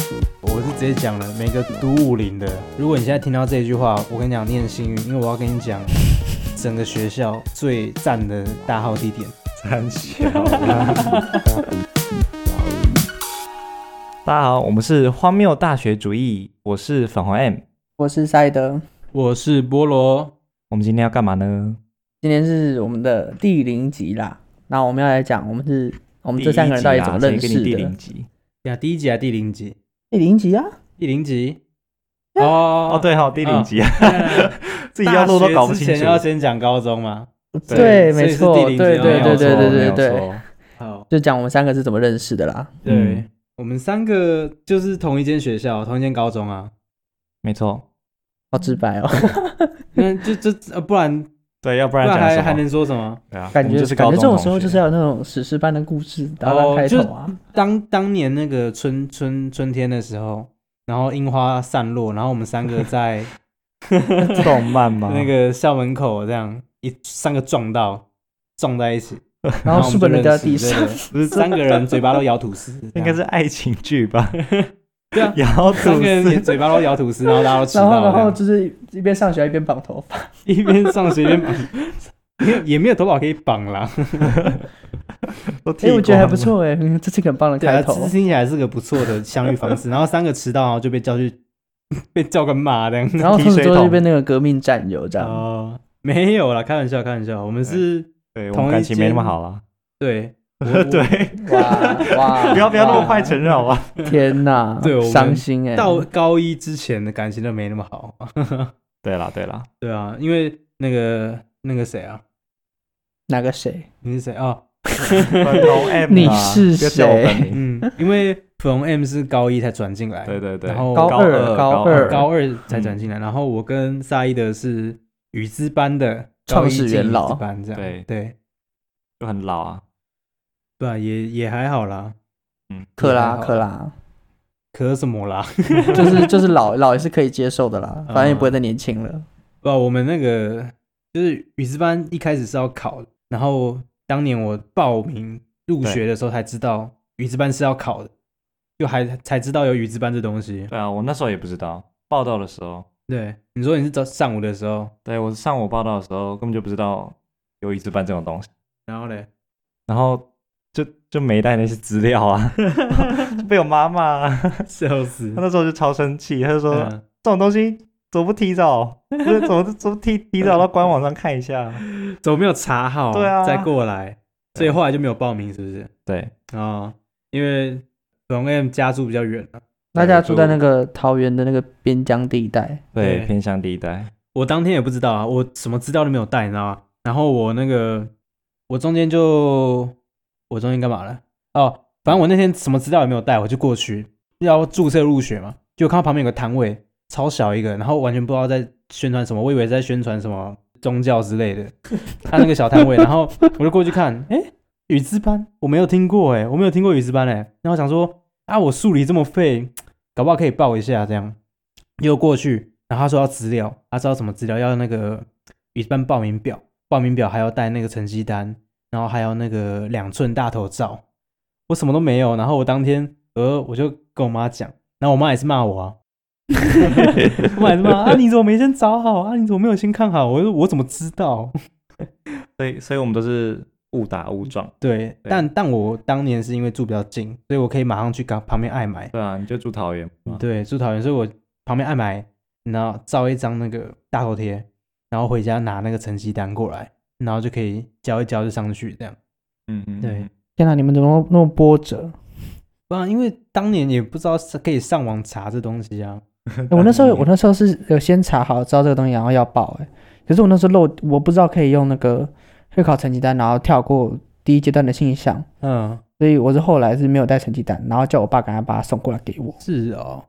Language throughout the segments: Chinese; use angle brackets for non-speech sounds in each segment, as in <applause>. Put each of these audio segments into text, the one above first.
是直接讲了每个读武林的。如果你现在听到这句话，我跟你讲，你很幸运，因为我要跟你 <laughs> 讲整个学校最赞的大号地点。三小。大家好，我们是荒谬大学主义，我是粉红 M。我是赛德， <laughs> 我是菠萝，我们今天要干嘛呢？今天是我们的第零集啦。那我们要来讲，我们是我们这三个人到底怎么认第一识的？集啊谁跟你第零集？呀，第一集啊，第零集，第零集啊，第零集。哦哦，，对哈、第零集啊， <laughs> 自己大要录都搞不学清之楚前。要先讲高中嘛。所对，以没是错，第对零集哦对没对对有对错对没有对，错好，就讲我们三个是怎么认识的啦。对、嗯我们三个就是同一间学校，同一间高中 <laughs> 啊。没错，好直白哦，那就就、呃、不然对，要不不然然讲还什还么？能说什么？对啊，感我们觉就是感高觉中这种时候就是要要有那种史诗般的故事打到哦开头就啊。当当年那个春春春天的时候，然后樱花散落，然后我们三 <laughs> 个在动漫 <laughs> 吗？那啊个校门口这样一三个撞到撞在一起，然我后书们本就都掉认地识上，对对对 <laughs> 三个人嘴巴都咬吐司，这样应该是爱情剧吧？对 <laughs> 啊咬吐三个人也司，嘴巴都咬吐司，然后大家都吃然到后这然后样，就是一边上学一边绑头发，一边上学一边绑， <laughs> 没有也没有头发可以绑啦。都 <laughs> 哎，我觉得还不剃光了。错哎，嗯这是个很棒的对啊，开这头。听起来是个不错的相遇 <laughs> 方式。然后三个迟到，然后就被叫去 <laughs> 被叫个骂这样。然后提他们水之后就桶变那个革命战友这样。哦，没有啦，开玩笑，开玩笑，我们是。对，我同们一感情没那么间好了。对 <laughs> 对，对，哇 <laughs> 哇！不要不要那么哇快承认好 <laughs> 吧？ <laughs> 天呐，对我们伤心 <laughs> 哎、到高一之前的感情都没那么好，对啦对啦，对啊，因为那个那个谁啊，哪个谁？你是谁啊？ <laughs> Hello M，啊你是谁嗯，因为粉红 M 是高一才转进来，对对对，然后高二高高二嗯高二才转进来，然后我跟萨伊德是语资班的创始元高老一进语资班这样，对对就很老啊。对啊，也也还好啦，嗯，克 <laughs> 拉你还好啊克拉，可什么啦？就是就是老老也是可以接受的啦，嗯反正也不会再年轻了。对啊，我们那个就是语资班一开始是要考的，然后当年我报名入学的时候才知道语资班是要考的，就还才知道有语资班这东西。对啊，我那时候也不知道，报道的时候，对，你说你是早上午的时候，对我上午报道的时候根本就不知道有一字班这种东西，然后嘞， <laughs> 然后就就没带那些资料啊， <laughs> 就被我妈骂，她笑死。 <laughs> 那时候就超生气，她就说、嗯这种东西怎么不提早， <laughs> 不是怎么怎么提提早到官网上看一下？啊怎么没有查好？对啊再过来，所以后来就没有报名，是不是？对，哦，因为龙 M 家住比较远啊大家住在那个个桃园的那个边疆地带， <laughs> 对对偏向地带，我当天也不知道啊，我什么资料都没有带，你知道吗？然后我那个，我中间就，我中间干嘛了？哦，反正我那天什么资料也没有带，我就过去要注册入学嘛，就看到旁边有个摊位，超小一个，然后完全不知道在宣传什么，我以为在宣传什么宗教之类的，他那个小摊位，然后我就过去看，哎，语资班，我没有听过，哎，我没有听过语资班，哎，然后我想说，啊，我数理这么废，搞不好可以报一下这样。又过去，然后他说要资料，他知道什么资料，要那个语班报名表，报名表还要带那个成绩单，然后还有那个两寸大头照，我什么都没有。然后我当天，呃，我就跟我妈讲，然后我妈也是骂我啊， <laughs> 我妈也是骂啊，你怎么没先找好啊？你怎么没有先看好？我就说我怎么知道？ <laughs> 所以所以我们都是误打误撞。对，但但我当年是因为住比较近，所以我可以马上去港旁边爱买。对啊，你就住桃园嘛，对，住桃园，所以我旁边爱买，然后照一张那个大头贴，然后回家拿那个成绩单过来，然后就可以交一交就上去这样。嗯嗯，嗯对天哪，你们怎么那么波 <laughs> 折？不然，因为当年也不知道是可以上网查这东西啊。哎我那时候我那时候是有先查好知道这个东西，然后要报哎、可是我那时候漏，我不知道可以用那个会考成绩单，然后跳过第一阶段的信箱，嗯，所以我是后来是没有带成绩单，然后叫我爸赶快把它送过来给我。是哦。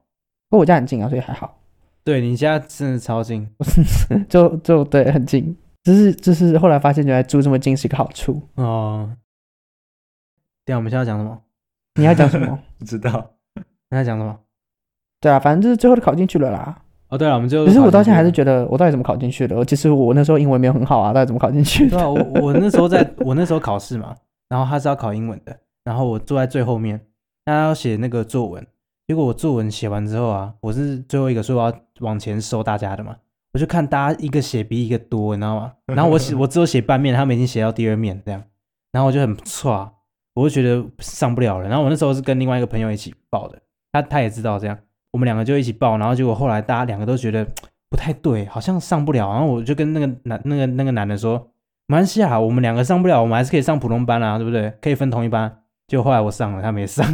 不过我家很近啊，所以还好。对你家真的超近， <laughs> 就就对，很近。只是只是后来发现，原来住这么近是一个好处。哦。对啊，我们现在要讲什么？你要讲什 <laughs> 么？不 <laughs> 知道。现在讲什么？对啊，反正就是最后都考进去了啦。哦，对了，我们就只是我到现在还是得，觉得，我到底怎么考进去的？我其实我那时候英文没有很好啊，到底怎么考进去对的？啊，我我那时候在，我那时候考试嘛，然后他是要考英文的，然后我坐在最后面，他要写那个作文，结果我作文写完之后啊，我是最后一个，所以我要往前收大家的嘛。我就看大家一个写比一个多，你知道吗？然后我写我只有写半面，他们已经写到第二面这样，然后我就很歘，我就觉得上不了了。然后我那时候是跟另外一个朋友一起报的，他他也知道这样，我们两个就一起报，然后结果后来大家两个都觉得不太对，好像上不了。然后我就跟那个男那个那个男的说，没关系啊，我们两个上不了，我们还是可以上普通班啊，对不对？可以分同一班。结果后来我上了，他没上，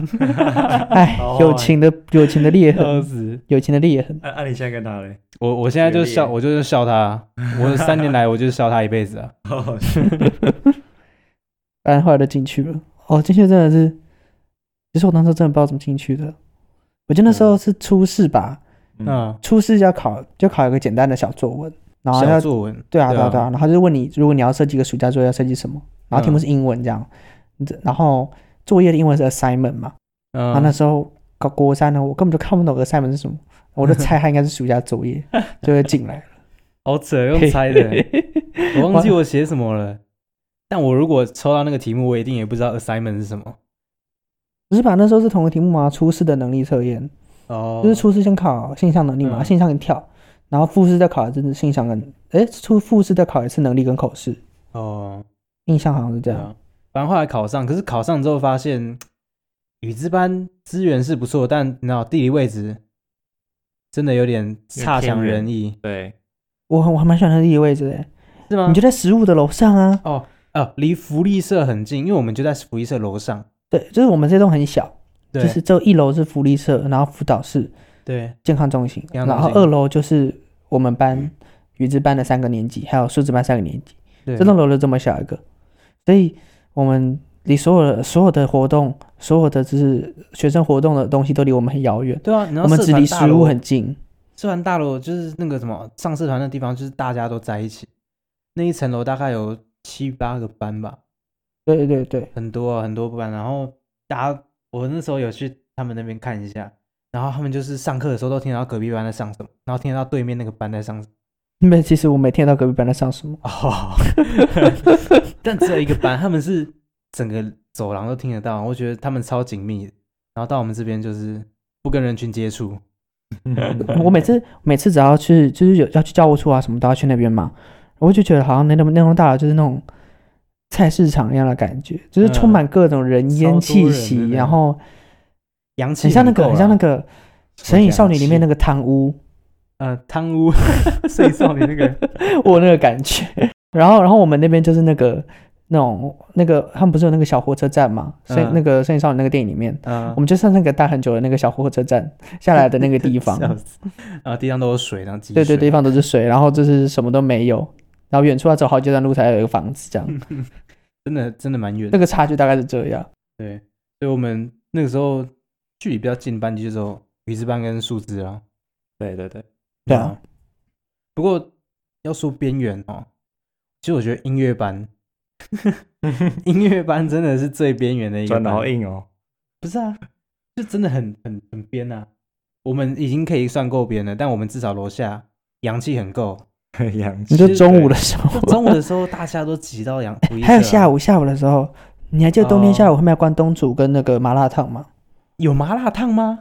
<laughs> 哎哦，友情的友情的裂笑痕，死！友情的裂痕。 <laughs> 那、啊、你现在跟他嘞？ <laughs> 我我现在就决裂笑，我就是笑他啊，我三年来我就是笑他一辈子 <laughs> 啊。哦，不然后来就进去了。哦，进去真的是，其实我当时真的不知道怎么进去的。我记得那时候是初试吧，嗯，嗯，初试要考就考一个简单的小作文，然后小要作文，对啊对对啊啊对啊，然后就是问你，如果你要设计一个暑假作业要设计什么，然后题目嗯是英文这样，这然后作业的英文是 assignment 嘛，然后啊那嗯，时候搞国三呢，我根本就看不懂 assignment 是什么，我就猜它应该是暑假 <laughs> 作业，就会进来了。好扯，用猜 <laughs> 的，我忘记我写什么了。但我如果抽到那个题目，我一定也不知道 assignment 是什么。不是吧？那时候是同一个题目吗？初试的能力测验，哦，就是初试先考性向能力嘛，嗯性向跟跳，然后复试再考一次性向跟，哎，初复试再考一次能力跟口试，哦，印象好像是这对样。啊，反正后来考上，可是考上之后发现，语资班资源是不错，但你知道地理位置真的有点差强人意，对，我很我还蛮喜欢那地理位置的，是吗你？就在食物的楼上啊，哦哦，离福利社很近，因为我们就在福利社楼上。对，就是我们这栋很小，对、就是只有一楼是福利社，然后辅导室、对，健康中心，健康中然心后二楼就是我们班语资班的三个年级，还有数字班三个年级，对这栋楼就这么小一个，所以我们离所有的所有的活动，所有的就是学生活动的东西都离我们很遥远。对啊，然后我们社只团离大食楼物很近，社团大楼就是那个什么上社团的地方，就是大家都在一起，那一层楼大概有七八个班吧，对对对，很多啊很多班。然后大家，我那时候有去他们那边看一下，然后他们就是上课的时候都听到隔壁班在上什么，然后听到对面那个班在上什么。因为其实我每天到隔壁班在上什么，哦， <laughs> 但只有一个班，他们是整个走廊都听得到，我觉得他们超紧密的。然后到我们这边就是不跟人群接触，嗯 <laughs> 我每次每次只要去就是有要去教务处啊什么都要去那边嘛，我就觉得好像那栋那栋大楼就是那种菜市场一样的感觉，就是充满各种人嗯超烟多气人息，真的然后洋气很像那个够很像啦那个《神隐少女》里面那个个 <laughs> 汤屋，呃汤屋睡少女那个 <laughs> 我那个感觉。然后然后我们那边就是那个那种那个他们不是有那个小火车站嘛，所以嗯那个《神隐少女》那个电影里面，呃我们就上那个待很久的那个小火车站下来的那个地 <laughs> 方。笑死啊地上都有水，然后积对对，水地方都是水，然后就是什么都没有，然后远处要走好几段路才有一个房子，这嗯样 <laughs> 真的真的蛮远那的。个差距大概是这样。对，所以我们那个时候距离比较近的班级就是有语资班跟数字啊。对对对，对啊嗯，不过要说边缘哦，其实我觉得音乐 <laughs> 班音乐班真的是最边缘的一个转班的好硬哦。 <laughs> 不是啊，就真的很很很边啊。我们已经可以算够边了，但我们至少楼下阳气很够，洋你气，就其实 <laughs> 中午的时候， <laughs> 中午的时候，大家都挤到 <laughs> 两， <laughs> 还有下午午下午的时候，你还记得冬天哦下午后面关东煮跟那个麻辣烫吗？啊有麻辣烫吗？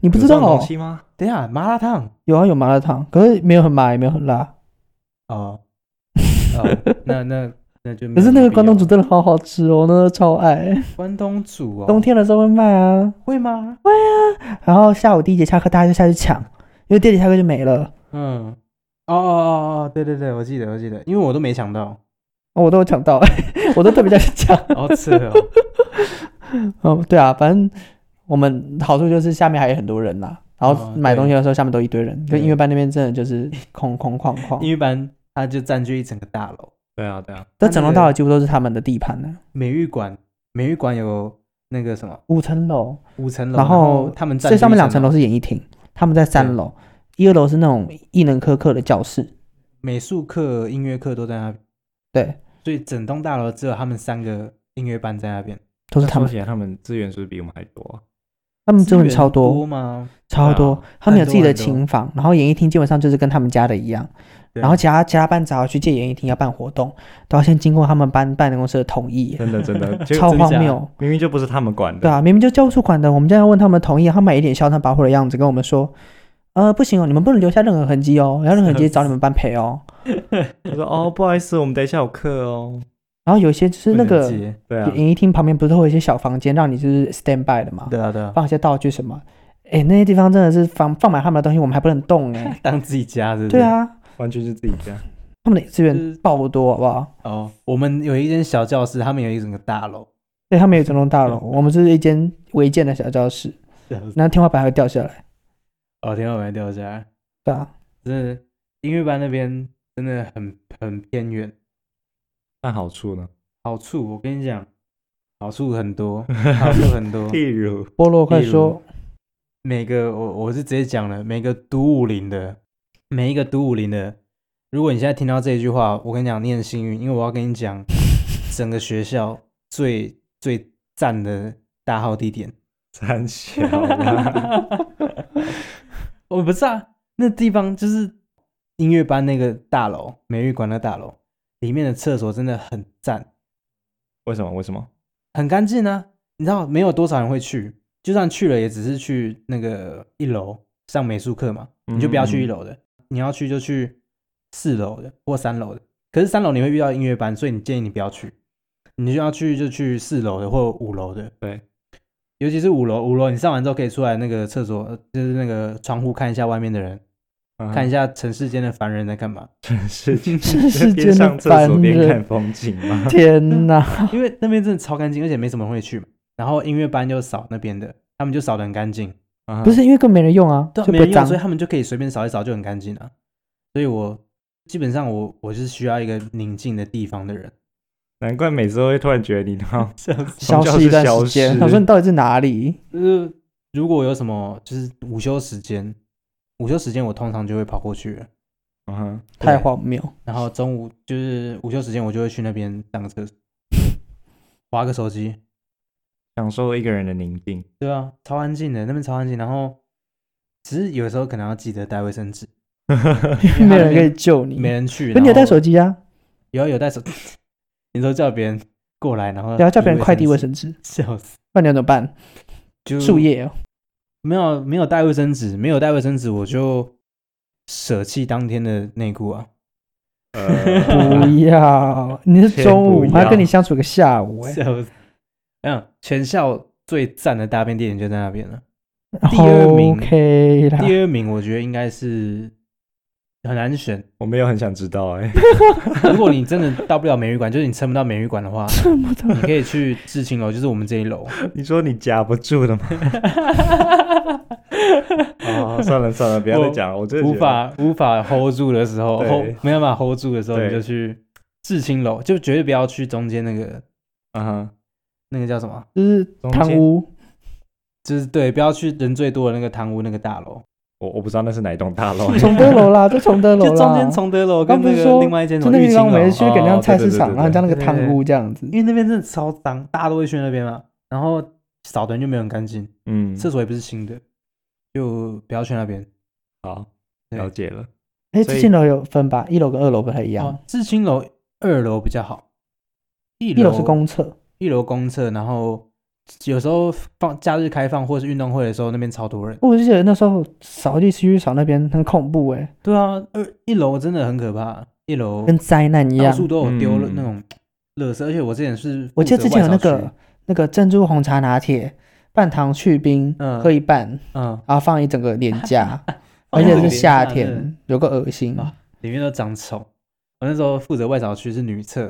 你不有知这道种东哦？西吗？等一下，麻辣烫有啊，有麻辣烫，可是没有很麻，也没有很辣。哦，哦， <laughs> 那那那就没可是有那个必关东要煮了真的好好吃哦，我那时候超爱。关东煮哦，冬天的时候会卖啊，会吗？然后下午第一节下课大家就下去抢，因为第二节下课就没了。嗯，哦哦哦哦，对对对，我记得我记得，因为我都没想到，哦我都有抢到， <laughs> 我都特别想去 <laughs> 抢。好扯哦，嗯，对啊，反正我们好处就是下面还有很多人啦，然后哦买对东西的时候下面都一堆人，对跟音乐班那边真的就是空空旷旷，音乐班它就占据一整个大楼，对啊对啊，这整它那栋个大楼几乎都是他们的地盘呢，美育馆美育馆有那个什么五层楼，五层楼，然然后他们占最上据面一两层楼是演艺厅，他们在三对楼，一二楼是那种艺能科课的教室，美术课、音乐课都在那边，对，所以整栋大楼只有他们三个音乐班在那边。都是那他说们。起来他们资源是不是比我们还多啊？他们真的超多多吗？超多，他们有自己的很多很多琴房，然后演艺厅基本上就是跟他们家的一样。对然后其他其他班只要去借演艺厅要办活动，都要先经过他们班办公室的同意，真的真的，就超真的荒假的谬。明明就不是他们管的，对啊，明明就教务处管的，我们这样问他们同意，他们还一脸嚣张跋扈的样子跟我们说，呃，不行哦，你们不能留下任何痕迹哦，然后任何痕迹找你们班赔哦。他说哦，不好意思，我们等一下有课哦。然后有一些就是那不能个接对啊，演艺厅旁边不是会有一些小房间让你就是 stand by 的嘛，对啊对啊，。放一些道具什么，哎，那些地方真的是放放满他们的东西，我们还不能动哎 <laughs> 当自己家是不是？对，啊，完全是自己家。他们的资就是源爆多，好不好？哦，我们有一间小教室，他们有一整个大楼，对，他们有整栋大楼，我们就是一间违建的小教室，啊然后天花板还会掉下来，哦天花板掉下来，对啊，真的音乐班那边真的很很偏远，那好处呢？好处我跟你讲，好处很 <laughs> 多，好处很多，例如，菠萝快例如说，每个我我是直接讲了，每个读武林的，每一个读武林的，如果你现在听到这一句话，我跟你讲，你很幸运，因为我要跟你讲整个学校最最赞的大号地点。三小啦我不是啊，那地方就是音乐班那个大楼，美育馆那大楼里面的厕所真的很赞，为什么？为什么？很干净啊。你知道没有多少人会去，就算去了也只是去那个一楼上美术课嘛，嗯你就不要去一楼的，你要去就去四楼的或三楼的。可是三楼你会遇到音乐班，所以你建议你不要去，你就要去就去四楼的或五楼的。对，尤其是五楼，五楼你上完之后可以出来那个厕所，呃就是那个窗户看一下外面的人，嗯看一下尘世间的凡人在干嘛。是 <laughs> <laughs> 是世边间上的厕凡所边看人，风景吗？ <laughs> <laughs> 天哪！因为那边真的超干净，而且没什么人会去嘛。然后音乐班就扫那边的，他们就扫的很干净，不是因为根本没人用啊，对就啊，不没会人脏用，所以他们就可以随便扫一扫就很干净了、所以我基本上我我是需要一个宁静的地方的 <laughs> 人。难怪每次都会突然觉得你啊到消失一段时间。他他说你到底是哪里？就是如果有什么就是午休时间，午休时间我通常就会跑过去了，啊对太荒谬！然后中午就是午休时间我就会去那边上个厕所，划个手机，享受一个人的宁静。对啊，超安静的，那边超安静，然后只是有时候可能要记得带卫生纸，因为 <laughs> 没他那人可边以救你。没人去，可你有带然后手机啊？有啊有带手，你说叫别人过来，然后对啊，叫别人快递卫纸，生纸，笑死，不然你要怎么办？就树叶哦，没有没有带卫生纸，没有带卫生纸我就舍弃当天的内裤啊。呃，不要！你是先中午，不我还要跟你相处个下午哎。笑死！嗯，全校最赞的大便地点就在那边 <laughs> 了。第二名哎 OK 啦，第二名我觉得应该是很难选。我没有很想知道哎、如果你真的到不了美育馆，就是你撑不到美育馆的话，看不 <laughs> 到你可以去至清楼，就是我们这一楼。你说你夹不住的吗？哦，算了算了，不要再讲了，我真的无觉得法无法 hold 住的时候对，hold 没办法 hold 住的时候，对你就去至清楼，就绝对不要去中间那个啊哈，那个叫什么，就是中贪间污。。就是对，不要去人最多的那个堂屋那个大楼，我我不知道那是哪一栋大楼啊崇德楼啦，在崇德楼就啦。中间崇德楼跟刚不那是个说另外一间什就那么个玉地清方，我楼们。去给人家哦菜对对市对场，对然后人家那个对对汤对屋这样子因。为那边真的超脏，大家都会去那边嘛，然后扫的人就没有很干净， <laughs> 嗯，厕所也不是新的，就不要去那边。好，对了解了。哎，所以自信楼有分吧？一楼跟二楼不太一样哦，，至清楼二楼比较好，一一楼是公厕，一楼公厕，然后有时候放假日开放或是运动会的时候，那边超多人。我就记得那时候扫地区扫那边很恐怖哎，对啊，二一楼真的很可怕，一楼跟灾难一到样。处都有丢了嗯那种垃圾，而且我之前是我记得负责之前有那外扫个区那个珍珠红茶拿铁，半糖去冰，嗯喝一半，嗯，然后放一整个脸 <laughs> 颊，放而一且整个是脸夏颊天，有个嗯恶心。啊里面都长虫。我那时候负责外扫区是女厕，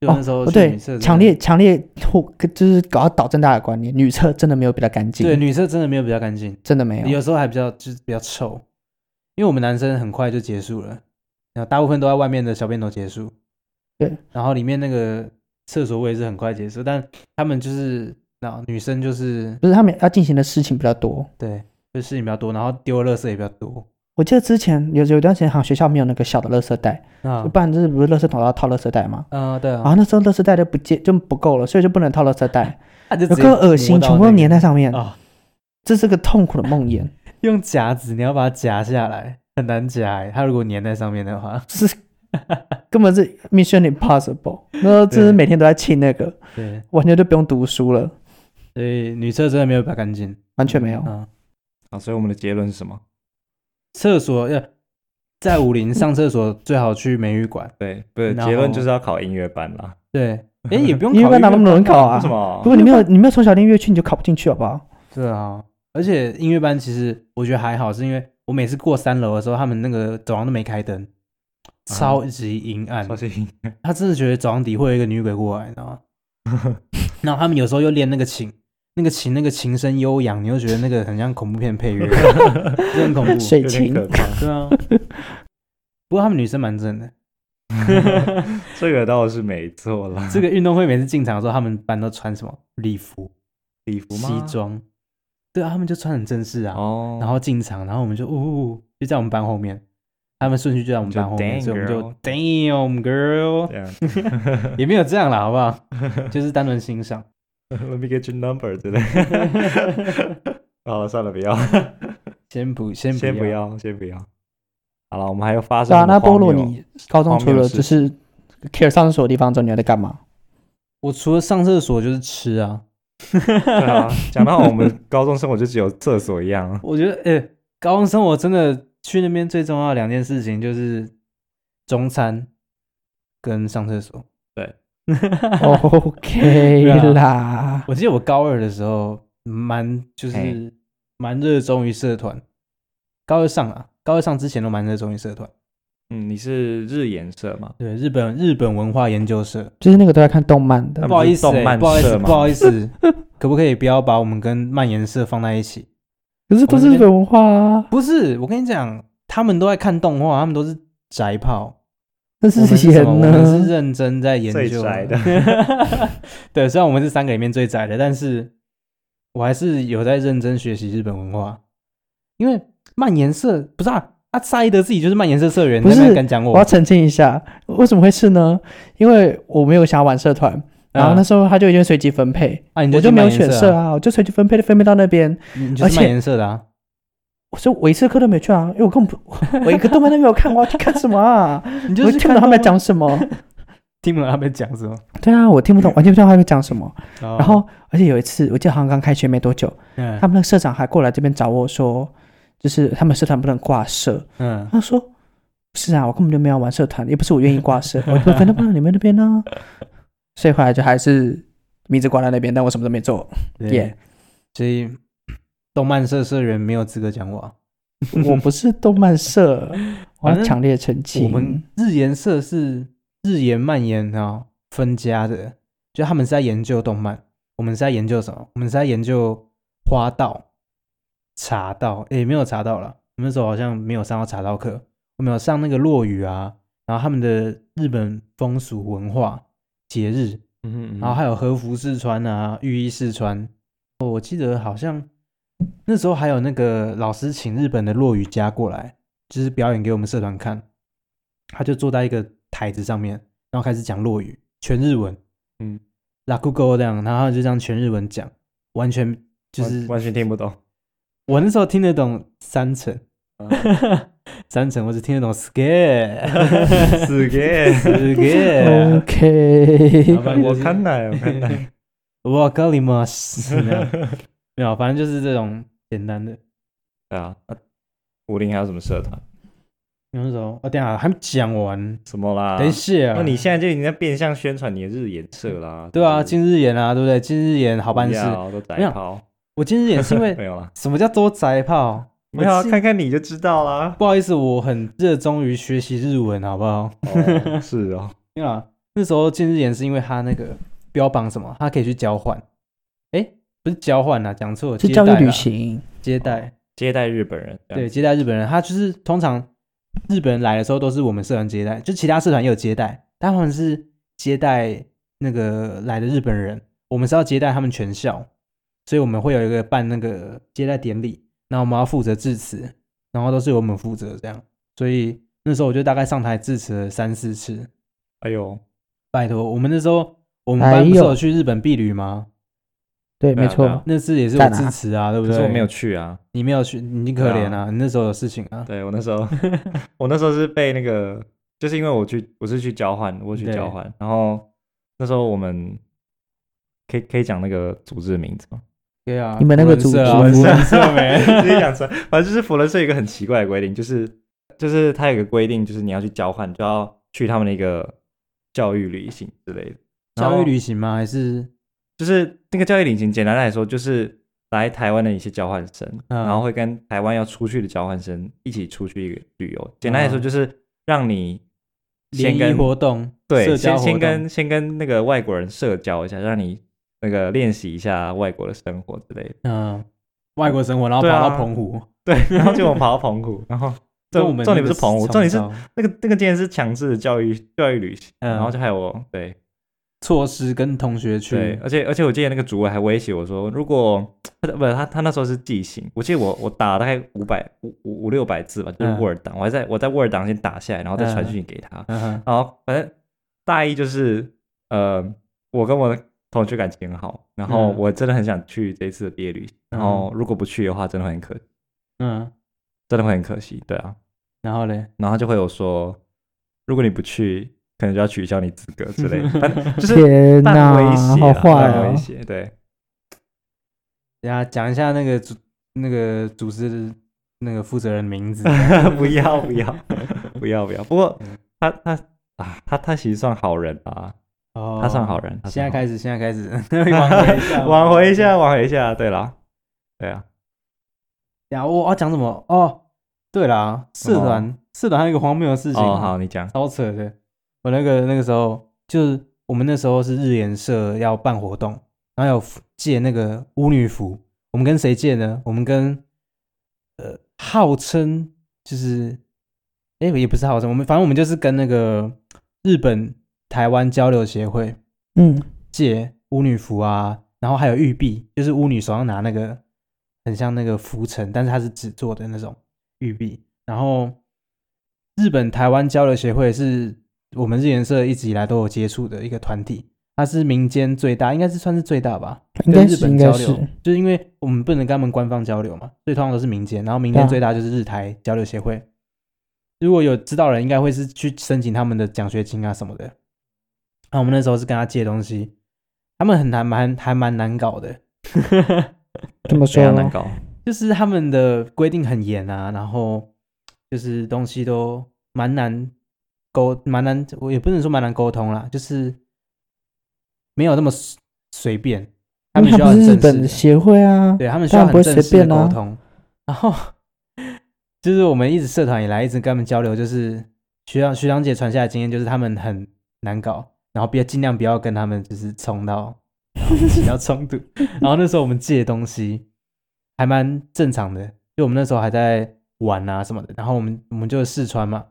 就哦那时候不去对女厕真，的强烈强烈呼，就是搞要导正大家的观念，女厕真的没有比较干对净，女厕真的没有比较干净，真的没有。有时候还比较就是比较臭，因为我们男生很快就结束了，然后大部分都在外面的小便都结束，对，然后里面那个厕所我也是很快结束，但他们就是那女生就是不是他们要进行的事情比较多。对，就事情比较多，然后丢的垃圾也比较多我记得之前有有段时间，好像学校没有那个小的垃圾袋，啊不然就是不是垃圾桶都要套垃圾袋吗？啊、对然啊，后那时候垃圾袋就不接就不够了，所以就不能套垃圾袋，啊就有直接个恶心，磨到全部都那个粘在上面。啊，这是个痛苦的梦魇， <laughs> 用夹子，你要把它夹下来，很难夹欸。它如果粘在上面的话，就是根本是 Mission Impossible。那真是每天都在气那个，对，完全就不用读书了，所以女厕真的没有把干净完全没有。啊。啊，所以我们的结论是什么？厕所要在武林上厕所最好去美育馆，对，不是然后结论就是要考音乐班啦。 <laughs> 对，哎也不用音乐考虑班哪那么多人考啊为什？如么？果你没有你没有从小练乐器，你就考不进去，好不好？对啊，而且音乐班其实我觉得还好，是因为我每次过三楼的时候，他们那个走廊都没开灯，超级阴暗。啊超级他真的觉得走廊底会有一个女鬼过来，你知道吗？然后他们有时候又练那个琴，那个琴那个琴声悠扬，你又觉得那个很像恐怖片配乐， <laughs> 真的很恐 <laughs> 怖。 <laughs> 水 <laughs> 有点清可怕。对啊，不过他们女生蛮正的。 <laughs> 这个倒是没错啦。这个运动会每次进场的时候，他们班都穿什么礼服、礼服吗？西装？对啊，他们就穿很正式啊。哦，然后进场，然后我们就呜、呜，就在我们班后面，他们顺序就在我们班就后面， dang 所以我们就 damn girl，这样 <laughs> 也没有这样啦，好不好？ <laughs> 就是单纯欣赏。 ，Let me get your number 之类。 <laughs> 好了，算了，不要，先不先不先不要，先不要。好了，我们还有发生对啊，什么那荒菠谬。萝，你高中除了就是去上厕所的地方之后，你还在干嘛？我除了上厕所就是吃啊， <laughs> 对啊，讲到我们高中生活就只有厕所一样，我觉得诶、高中生活真的去那边最重要的两件事情就是中餐跟上厕所。 <laughs> <laughs> OK 对啊啦， <laughs> 我记得我高二的时候蛮就是嘿蛮热衷于社团，高二上啊，高二上之前都蛮热衷于社团，嗯，你是日研社嘛？对日本日本文化研究社。就是那个都在看动漫的那不好意思、动欸，漫不好意思，社吗不好意 <laughs> 思，可不可以不要把我们跟漫研社放在一起？可是都是日本文化啊，不是，我跟你讲，他们都在看动画，他们都是宅炮。那我是们什闲么我们是呢？认真在研最究宅的。 <laughs> 对，虽然我们是三个里面最宅的，但是我还是有在认真学习日本文化。因为漫颜社不是啊，阿萨伊德自己就是漫颜社社员，不你是那边敢讲我要我？澄清一下，为什么会是呢？因为我没有想要玩社团，然后那时候他就已经随机分配，啊，你我就就没有去漫选研社啊，啊，我就随机分配的分配到那边，你你就是而漫且颜社的啊。所以我一次课都没有去啊，因为我根本不， <laughs> 我一个动漫都没有看，我要去看什么啊？你 <laughs> 就我听是不懂他看们在动讲 <laughs> 什么。漫，听不懂他们在讲什么。对啊，我听不懂，完全不知道他们在讲什么。然然后，而且有一次，我记得好像刚开学没多久，嗯他们那个社长还过来这边找我说，就是他们社团不能挂社。嗯，他说：“不是啊，我根本就没有玩社团，也不是我愿意 <laughs> 挂社，我就分到不到你们那边呢、 <laughs> 所以后来就还是名字挂在那边，但我什么都 <laughs> 没做。对 Yeah，所以动漫社社员没有资格讲我啊。我不是动漫社，我反要正强烈澄清。我们日研社是日研漫研啊、分家的，就他们是在研究动漫，我们是在研究什么？我们是在研究花道、茶道，诶，没有茶道了，我们那时候好像没有上到茶道课，我们有上那个落语啊，然后他们的日本风俗文化、节日，嗯然后还有和服试穿啊、浴衣试穿。哦，我记得好像那时候还有那个老师请日本的落语家过来，就是表演给我们社团看。他就坐在一个台子上面，然后开始讲落语，全日文，嗯，拉酷勾这样，然后就这样全日文讲，完全就是完全听不懂。我那时候听得懂三成，嗯 <laughs> 三成我只听得懂 scare <laughs> <laughs> 死给 scare， OK， <laughs> 老板就我是看来，我 <laughs> 看来，我咖喱吗？ <laughs> <laughs> 没有，反正就是这种简单的。对啊，那武林还有什么社团？有那种，哦，等一下还没讲完，什么啦？等一下。啊那你现在就已经在变相宣传你的日研社啦。对啊，今近日研啊，对不对？近日研好办事。都宅没有炮，我近日研是因为 <laughs> 没有啦，什么叫多宅炮？没有啊，我近看看你就知道啦。 <laughs> 不好意思，我很热衷于学习日文，好不好？哦是哦，因为啊，那时候近日研是因为他那个标榜什么，他可以去交换。哎，不是交换啊，讲错了，是接教育待旅啦行，接待。接待日本人，对，，接待日本人，他就是通常日本人来的时候都是我们社团接待，就其他社团也有接待，但他们是接待那个来的日本人，我们是要接待他们全校，所以我们会有一个办那个接待典礼，那我们要负责致辞，然后都是由我们负责这样，所以那时候我就大概上台致辞了三四次，哎呦，拜托，我们那时候我们哎班不是呦有去日本避旅吗？对，对啊没错，对啊那次也是我在哪支持啊，对不可对？是我没有，去啊。你没有去，你可怜对啊，你那时候有事情啊。对我那时候， <laughs> 我那时候是被那个，就是因为我去，我是去交换，我去对交换，然后那时候我们可以可以讲那个组织的名字吗？对啊，你们那个福伦社啊组织福伦社 <laughs> 没直接讲出来，反正就是佛伦社有一个很奇怪的规定，就是就是它有一个规定，就是你要去交换，就要去他们的一个教育旅行之类的。然后教育旅行吗？还是就是那个教育旅行，简单来说就是来台湾的一些交换生，嗯然后会跟台湾要出去的交换生一起出去一个旅游。简单来说就是让你嗯联先谊跟活动？对，社交先活先动跟先跟那个外国人社交一下，让你那个练习一下外国的生活之类的。嗯外国生活，然后对啊跑到澎湖，对，然后结果我跑到 <laughs> 澎湖，然后跟我重们重那点不个是澎湖，差重点不是多那个那个竟然是强制的教育教育旅行，嗯然后就害我对措施跟同学对去，，而且而且我记得那个主委还威胁我说，如果他不他他那时候是记性，我记得我我打了大概五百五五五六百字吧，就是嗯 Word 档，我还在我在 Word 档先打下来，然后再传讯给他，嗯哼，然后反正大意就是呃，我跟我的同学感情很好，然后嗯我真的很想去这一次的毕业旅行，然嗯后如果不去的话，真的会很可嗯，真的会很可惜，对啊，然后嘞，然后他就会有说，如果你不去，可能就要取消你资格之类的，反正啊就是天半哪，威胁好啊，坏半哦威！胁，对，等下讲一下那个组那个组织那个负责人名 <laughs> 字，不要不要不要不要。不过他他啊，他他其实算好人啊，哦他算好人。他现在算好人开始，现在开 <laughs> 始，挽回一下挽回一下，挽回一下，对啦，对啊，等下我要讲什么？哦，对啦，什社么团社团还有一个荒谬的事情，哦好，你 <laughs> 讲，超扯的。我那个那个时候，就是我们那时候是日研社要办活动，然后有借那个巫女服。我们跟谁借呢？我们跟呃，号称就是，哎、也不是号称，我们反正我们就是跟那个日本台湾交流协会嗯，借巫女服啊，然后还有玉璧，就是巫女手上拿那个很像那个浮尘，但是它是纸做的那种玉璧。然后日本台湾交流协会是我们日研社一直以来都有接触的一个团体，它是民间最大，应该是算是最大吧，应该跟日是应本该交是流，就是因为我们不能跟他们官方交流嘛，所以通常都是民间，然后民间对啊最大就是日台交流协会。如果有知道的人，应该会是去申请他们的奖学金啊什么的。那、我们那时候是跟他借东西，他们很难蛮还蛮难搞的，这么非说常难搞。就是他们的规定很严啊，然后就是东西都蛮难沟，蛮难，我也不能说蛮难沟通啦，就是没有那么随随便。他因们为需要 <laughs> 不很是正日式本的的协会啊， <laughs> 对他们需要当然不很会正式随的便啊沟通。 <laughs> 然后就是我们一直社团以来一直跟他们交流，就是学长学长姐传下来的经验，就是他们很难搞，然后不要尽量不要跟他们就是冲到起到冲突。 <laughs> 然后那时候我们借东西还蛮正常的，就我们那时候还在玩啊什么的，然后我们我们就试穿嘛，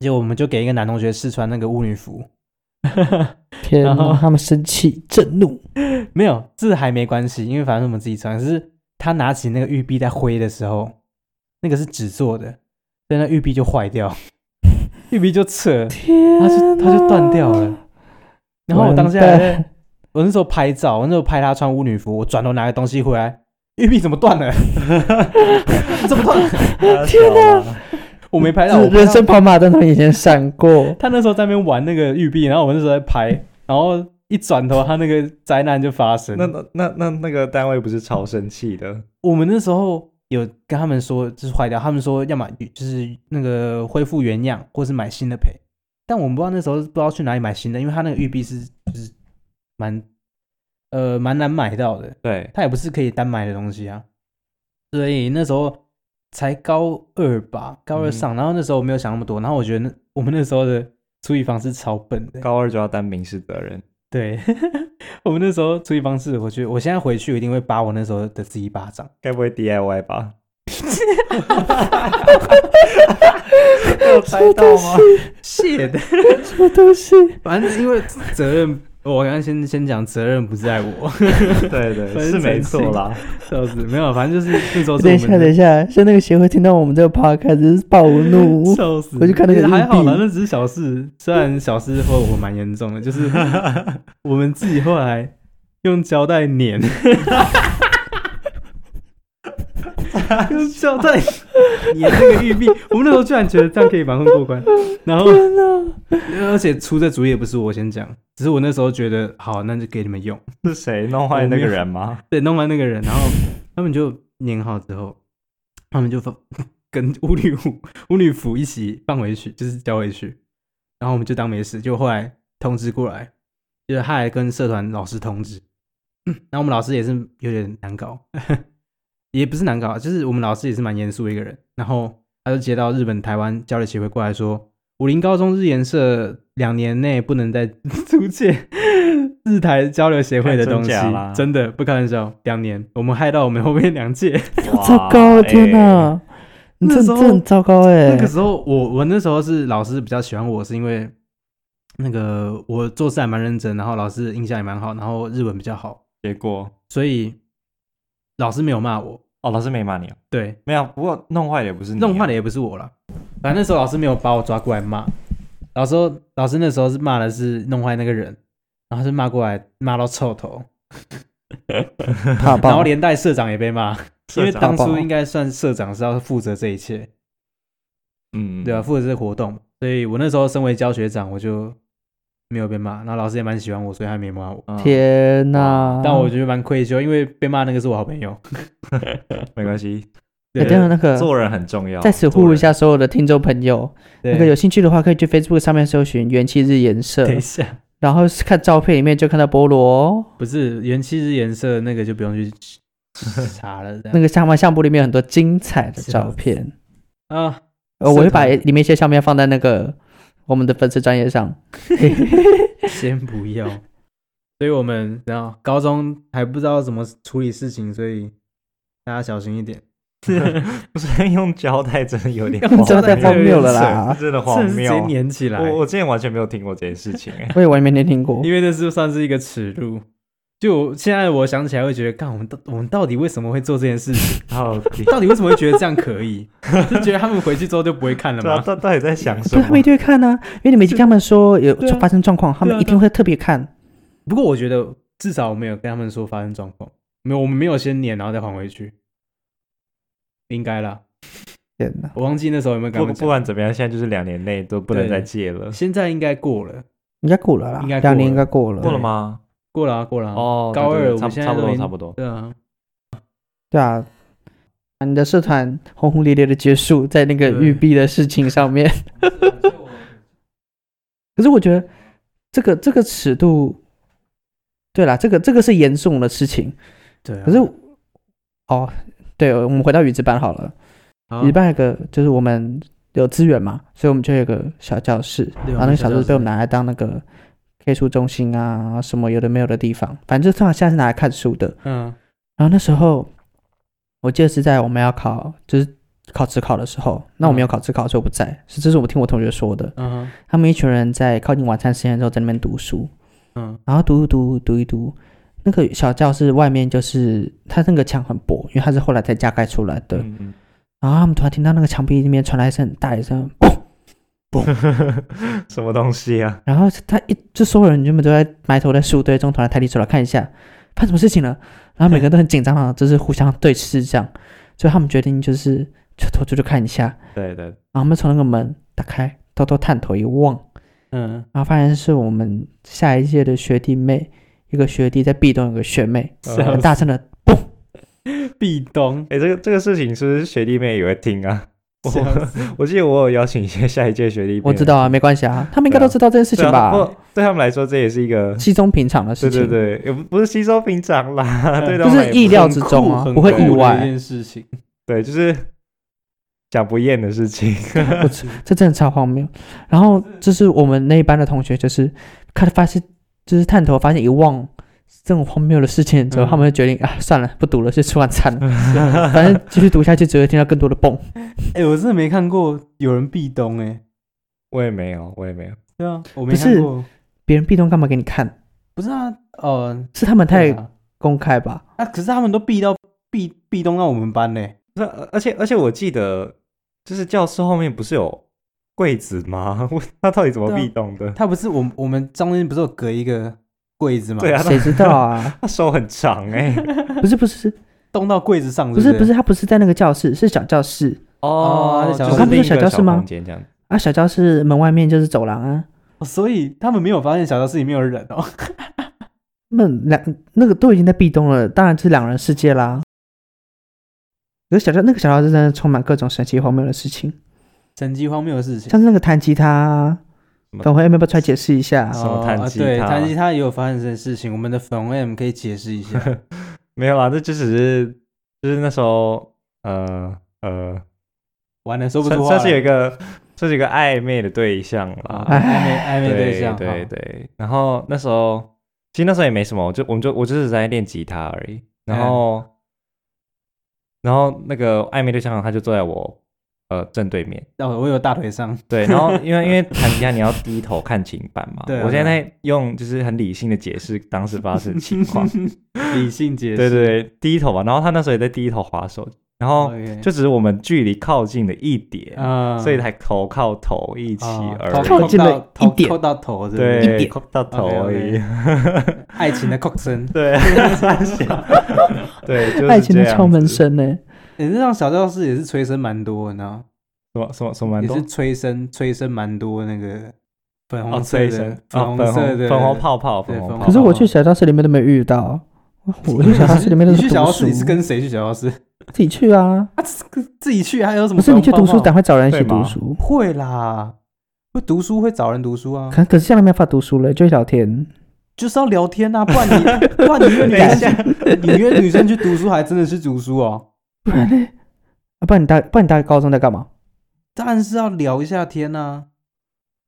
结果我们就给一个男同学试穿那个巫女服。 <laughs> 天然后哪，他们生气震怒，没有，这还没关系，因为反正我们自己穿。可是他拿起那个玉璧在挥的时候，那个是纸做的，所以那玉璧就坏掉， <laughs> 玉璧就扯，天它就它就断掉哪了。。然后我当下完还蛋在，我那时候拍照，我那时候拍他穿巫女服，我转头拿个东西回来，玉璧怎么断了？ <laughs> 怎么断了？ <laughs> 天哪！ <laughs> 我没拍到，我是人拍到，生跑马灯都已经闪过他那时候在那边玩那个玉璧，然后我那时候在拍，然后一转头，他那个灾难就发生。那那那那那个单位不是超生气的？我们那时候有跟他们说，就是坏掉，他们说要么就是那个恢复原样，或是买新的赔。但我们不知道那时候不知道去哪里买新的，因为他那个玉币是就是蛮呃蛮难买到的，对，它也不是可以单买的东西啊。所以那时候才高二吧，高二上，然后那时候我没有想那么多，然后我觉得那我们那时候的处理方式超笨的，高二就要担民事责任。对 <laughs> 我们那时候处理方式，我觉得我现在回去我一定会扒我那时候的自己一巴掌。 <laughs> 该不会 DIY 吧？ <laughs> 有猜到吗？谢的，什么东西？反正因为责任，我刚刚先先讲责任不在我， <laughs> 对对， <laughs> 是没错啦。笑死，没有，反正就是那时候是等一我下，们等 <laughs> 一的。下，是那个协会听到我们这个 podcast 真是暴 <laughs> 怒。笑死！我就看那个还好啦，硬币那只是 <laughs> 小事。虽然小事或我蛮严重的，就是我们自己后来用胶带 <laughs> 粘，用胶带粘那个玉璧。我们那时候居然觉得这样可以蛮混过关，然后而且出这主意也不是我先讲，只是我那时候觉得好，那就给你们用。是谁弄坏那个人 <laughs> 吗？对，弄完那个人，然后他们就粘好之后，他们就放 <laughs> 跟巫女服巫女服一起放回去，就是交回去，然后我们就当没事。就后来通知过来，就是他还跟社团老师通知，然后我们老师也是有点难搞， <laughs> 也不是难搞，啊就是我们老师也是蛮严肃的一个人。然后他就接到日本台湾交流协会过来说，武林高中日研社两年内不能再 <laughs> 租借日台交流协会的东西真假啦，真的不开玩笑，两年我们害到我们后面两届。哇糟糕，哎天！哪，你这那时这候很糟糕哎那个。时候我我那时候是老师比较喜欢我，是因为那个我做事还蛮认真，然后老师印象也蛮好，然后日文比较好，结果所以老师没有骂我。哦，老师没骂你哦，对，没有。不过弄坏的也不是你啊弄坏的的也不是我啦，反正那时候老师没有把我抓过来骂，老师老师那时候是骂的是弄坏那个人，然后是骂过来骂到臭头，怕然后爆，连带社长也被骂，因社为长当怕爆初应该算社长是要负责这一切，嗯，对啊，负责这个活动，所以我那时候身为教学长，我就没有被骂，然后老师也蛮喜欢我，所以他没骂我。嗯，天哪！但我觉得蛮愧疚，因为被骂那个是我好朋友。没关系，哎对等一下那个做人很重要。在此呼吁一下所有的听众朋友，对那个有兴趣的话，可以去 Facebook 上面搜寻“元气日颜社等一”，下，然后看照片里面就看到菠萝，不是元气日颜色那个就不用去查了，这那样个相关相簿里面有很多精彩的是照片。啊，呃，我会社把团里面一些相片放在那个我们的粉丝专业上。先不要。所以我们然后高中还不知道怎么处理事情，所以大家小心一点。 <laughs> 不是 <laughs> 用胶带，真的有 <laughs> 点用胶这带太荒谬了荒啦谬！真的荒甚至直接谬。啊粘起来，我我之前完全没有听过这件事 <laughs> 情，哎 <laughs> 我也完全没听过。因为那是算是一个耻辱。就我现在我想起来会觉得，干我们到我们到底为什么会做这件事情？ <laughs> 到底到底为什么会觉得这样可以？ <laughs> 就觉得他们回去之后就不会看了对啊，吗？ <laughs> 到到底在想什对，他们么一？定会看呢、因为你们已经跟他们说有对啊发生状况，他对们啊一定会特别看。不过我觉得至少我没有跟他们说发生状况，没有，我们没有先撵然后再还回去，应该啦。天哪！我忘记那时候有没有跟他不们不讲，管怎么样，现在就是两年内都不能再借了。现在应该过了，应该过了啦，应该过了两年应该过了。过了吗？过了啊，过了啊。哦，对高对二对我差们不现在差不都多已经差不多。对啊，对啊，你的社团轰轰烈烈的结束在那个对玉璧的事情上面。可是我觉得这个这个尺度，对啦，这个这个是严重的事情。对啊。可是，哦，对，我们回到语子班好了。好语班有个就是我们有资源嘛，所以我们就有个小教室，对我然们后那个小小教教室室被我们拿来当那个 K 书中心啊，什么有的没有的地方，反正就通常现在是拿来看书的。嗯然后那时候我记得是在我们要考，就是考职考的时候，那我们有考职考的时候不在，是这是我听我同学说的，嗯哼他们一群人在靠近晚餐时间的时候在那边读书，嗯然后读一读读一读，那个小教室外面就是它那个墙很薄，因为它是后来才加盖出来的，嗯嗯然后他们突然听到那个墙壁那边传来一声很大的一声砰， <laughs> 什么东西啊？然后他一就所有人原本都在埋头在树堆中，突然抬起头来看一下，发生什么事情了？然后每个人都很紧张啊，就是互相对视这样，所以他们决定就是就头就去看一下，对 <laughs> 对，然后他们从那个门打开，偷偷探头一望， <laughs> 嗯，然后发现是我们下一届的学弟妹，一个学弟在壁咚，有个学妹，是呃啊很大声的，壁咚，哎，这个这个事情是不是学弟妹也会听啊？我笑我记得我有邀请一些下一届学弟妹，我知道啊，没关系啊，他们应该都知道这件事对情啊不吧，过对他们来说，这也是一个稀松平常的对事情。对对，也不不是吸收平常啦， <laughs> 啊对他就们是也意料很之酷中啊很不会酷意的外一件事情。对，就是讲不厌的事情。 <laughs> 我操，这真的超荒谬。然后就是我们那一班的同学，就是看发现，就是探头发现一望这种荒谬的事情之后，嗯他们就决定啊，算了，不读了，去吃晚餐了。反正继续读下去，只会听到更多的蹦。哎，我真的没看过有人壁咚，哎，我也没有，我也没有。对啊，我没不看是过。别人壁咚干嘛给你看？不是啊，呃，是他们对太啊公 <laughs> 开吧？啊，可是他们都避到避避东到我们班嘞，那而且而且我记得，就是教室后面不是有柜子吗？我他到底怎么 <laughs> 对啊壁咚的？他不是我们我们中间不是有隔一个柜子嘛，对啊，谁知道啊？他手很长 <laughs> 哎、不是不是动到柜子上不是是不是，他不是在那个教室，是小教室哦就他在小是另一小个教室吗空间这样，啊，小教室门外面就是走廊哦啊。所以他们没有发现小教室里面有人哦。 <laughs> 那两那个都已经在壁咚了，当然是两人世界啦。有小教那个小教室真的充满各种神奇荒谬的事情，神奇荒谬的事情，像是那个弹吉他啊什，么等会要不要出来解释一下？什么哦弹啊吉对，他弹吉他也有发生这件事情，我们的粉 M 可以解释一下。 <laughs> 没有啦，这就只是就是那时候呃呃，完了，说不算出话算来。是有一个算是有一个暧昧的对象啊啦，暧昧暧昧对对象，对好对。然后那时候其实那时候也没什么，我就我们就我就是在练吉他而已。然嗯后、然后那个暧昧对象他就坐在我呃正对面，哦，我有大腿上，对。然后因为因 <laughs> 为弹吉他你要低头看琴板嘛，对啊我现在用就是很理性的解释当时发生的 <laughs> 情况，理性解释，对对对，低头嘛。然后他那时候也在低头滑手机，然后 OK，哦就只是我们距离靠近了一点。嗯啊，所以才头靠头一起啊而头已靠近了到头一点扣到头，是不是对，一点靠到头而已。 <laughs> 爱情的扣 <laughs> 声，对，对，就是爱情的这样敲门子声呢、也是让小教室也是催生蛮多的，你知道吗什么什么什么蛮也多是催生催生蛮多那个粉哦，红色催的、生粉哦红粉色红的粉红泡泡，对粉红粉泡红泡。可是我去小教室里面都没有遇到，我去小教室里面都你是去小读教书室，你是跟谁去小教室？自己去啊。啊，自自己去还有什么不是粉你红泡去泡？读书，赶快找人一起对嘛读书。会啦，会读书会找人读书啊，可可是现在没办法读书了，就会聊天。就是要聊天啊，不然你不然你约 <laughs> 女等一生去，你约女生去读书还真的是读书哦，不然呢？啊，不然你大不然你大学高中在干嘛？当然是要聊一下天啊。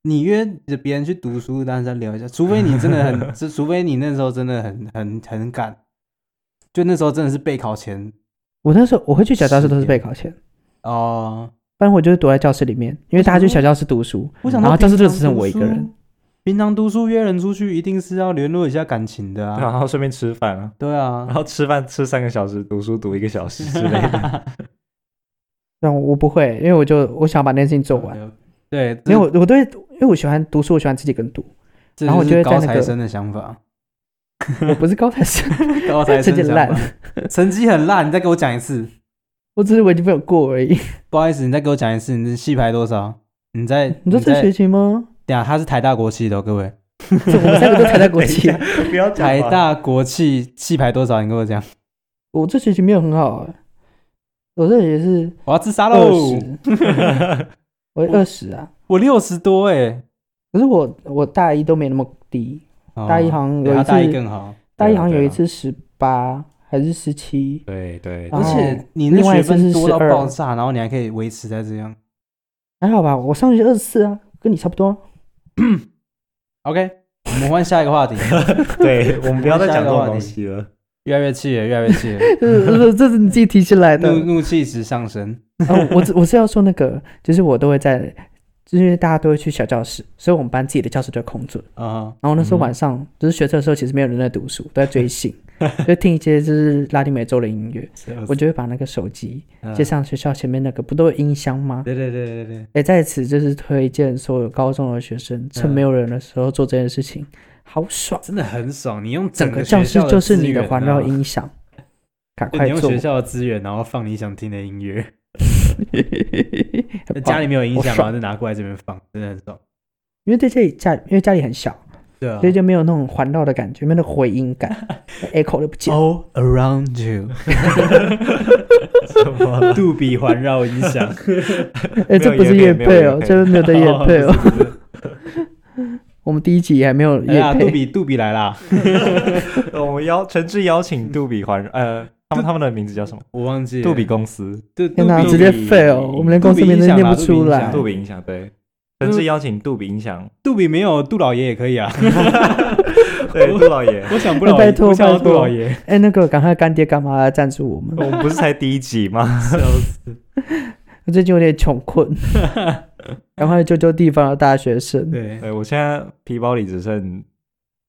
你约着别人去读书，当然是要聊一下，除非你真的 <laughs> 很，除除非你那时候真的很很很赶，就那时候真的是备考前我那时候我会去小教室都是十备点考前，哦、不然我就是躲在教室里面，因为大家去为什小么教室读书。我想然到后平教常室读就书，只剩我一个人。平常读书约人出去，一定是要联络一下感情的 <laughs> 啊。然后顺便吃饭啊，对啊然，后吃饭吃三个小时，读书读一个小时之类的。 <laughs> 但我我不会，因为我就我想把那件事情做嗯完。对，因为我我对，因为我喜欢读书，我喜欢自己跟 <laughs> 读，这然后我就是就会高在那材个生的想 <laughs> 法，我不是高材生，高材生成绩的想很烂，法，成绩很烂。你再给我讲一次，我只是我已经没有过 <laughs> 而已。不好意思，你再给我讲一次，你的系排多少？你在你说这在学期吗？等一下他是台大国系的、哦，各位，我们三个都台大 <laughs> 国际，不要讲台吧大国系系排多少？你跟我讲，我这学期没有很好、啊，我这也是我要自杀二喽！十， <laughs> 我二十啊。我六十多哎、可是我我大一都没那么低，哦大一好像有对一他次大一更好，大一好像对啊有一对啊次十八还是十七，对对，然而后且你那另外学一次分是多到12爆炸，然后你还可以维持在这样。还好吧？我上学期二十四啊，跟你差不多啊。 OK，我们换下一个话题，对我们不要再下一讲个这种话东题西了。越来越气了，越来越 <laughs> 气了，这嗯这是你自己提起来的。怒怒气值上升。哦，我只我是要说那个，就是我都会在，就是因为大家都会去小教室，所以我们班自己的教室就空着。啊、然后那时候嗯晚上、就是学车的时候，其实没有人在读书，都在 <laughs> 追星，就听一些就是拉丁美洲的音乐。我就会把那个手机接上学校前面那个不都有音箱吗？嗯对对对对对，哎，在此就是推荐所有高中的学生，嗯趁没有人的时候做这件事情，好爽！真的很爽。你用整个个学教室校就是你资的源环绕啊，音响，赶对快你用 <laughs> 做 <laughs> 学！校的资源，然后放你想听的音乐。很家棒里没有音响，好然后爽就拿过来这边放，真的很爽。因为在这里家，因为家里很小，对啊所以就没有那种环绕的感觉，没有那种回音感，echo 都不见。 ，All around you，杜比环绕音 <laughs> 响。哎，这没有不是业乐配没有配业哦，配这没有在乐配哦哦。我们第一集还没有哎乐呀，杜配，比杜比来啦，我们邀诚挚邀请杜比环呃，他们他们的名字叫什么？我忘记了杜比公司，杜杜天哪，比直接杜比 fail，我们连公司名字都念不出来。杜比音响对，诚挚邀请杜比音响，杜比没有杜老爷也可以 <laughs> 啊。对杜老爷，我想不老爷，拜托我想要拜托杜老爷。 <laughs> 哎，那个赶快干爹干妈来赞助我们，我们不是才第一集吗？ <laughs> 我最近有点穷困，赶快救救地方的大学生。对，对我现在皮包里只剩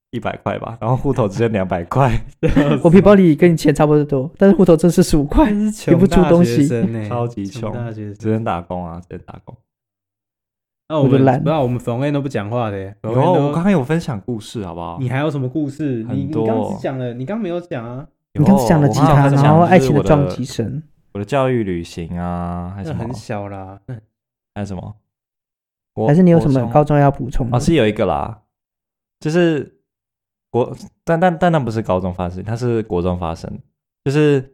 一百块吧，然后户头只剩两百块， <laughs> 我皮包里跟你钱差不多，但是户头这是十五块。真是不穷出大东学西生欸 <laughs> 超级穷大学生只能打工啊，只能打工。那我就们懒啊不知道我们冯恩都不讲话的耶，冯有，恩我都刚刚有分享故事，好不好？你还有什么故事？你很你多刚刚只讲了，你刚没有讲啊，有你刚才讲了我吉刚刚他，分享然后就是爱情我的的撞击声，我的教育旅行啊，还是那什么很？小啦，那还有什么？我还是你有什国么中高中要补充的？哦，是有一个啦，就是国，但但但那不是高中发生，它是国中发生，就是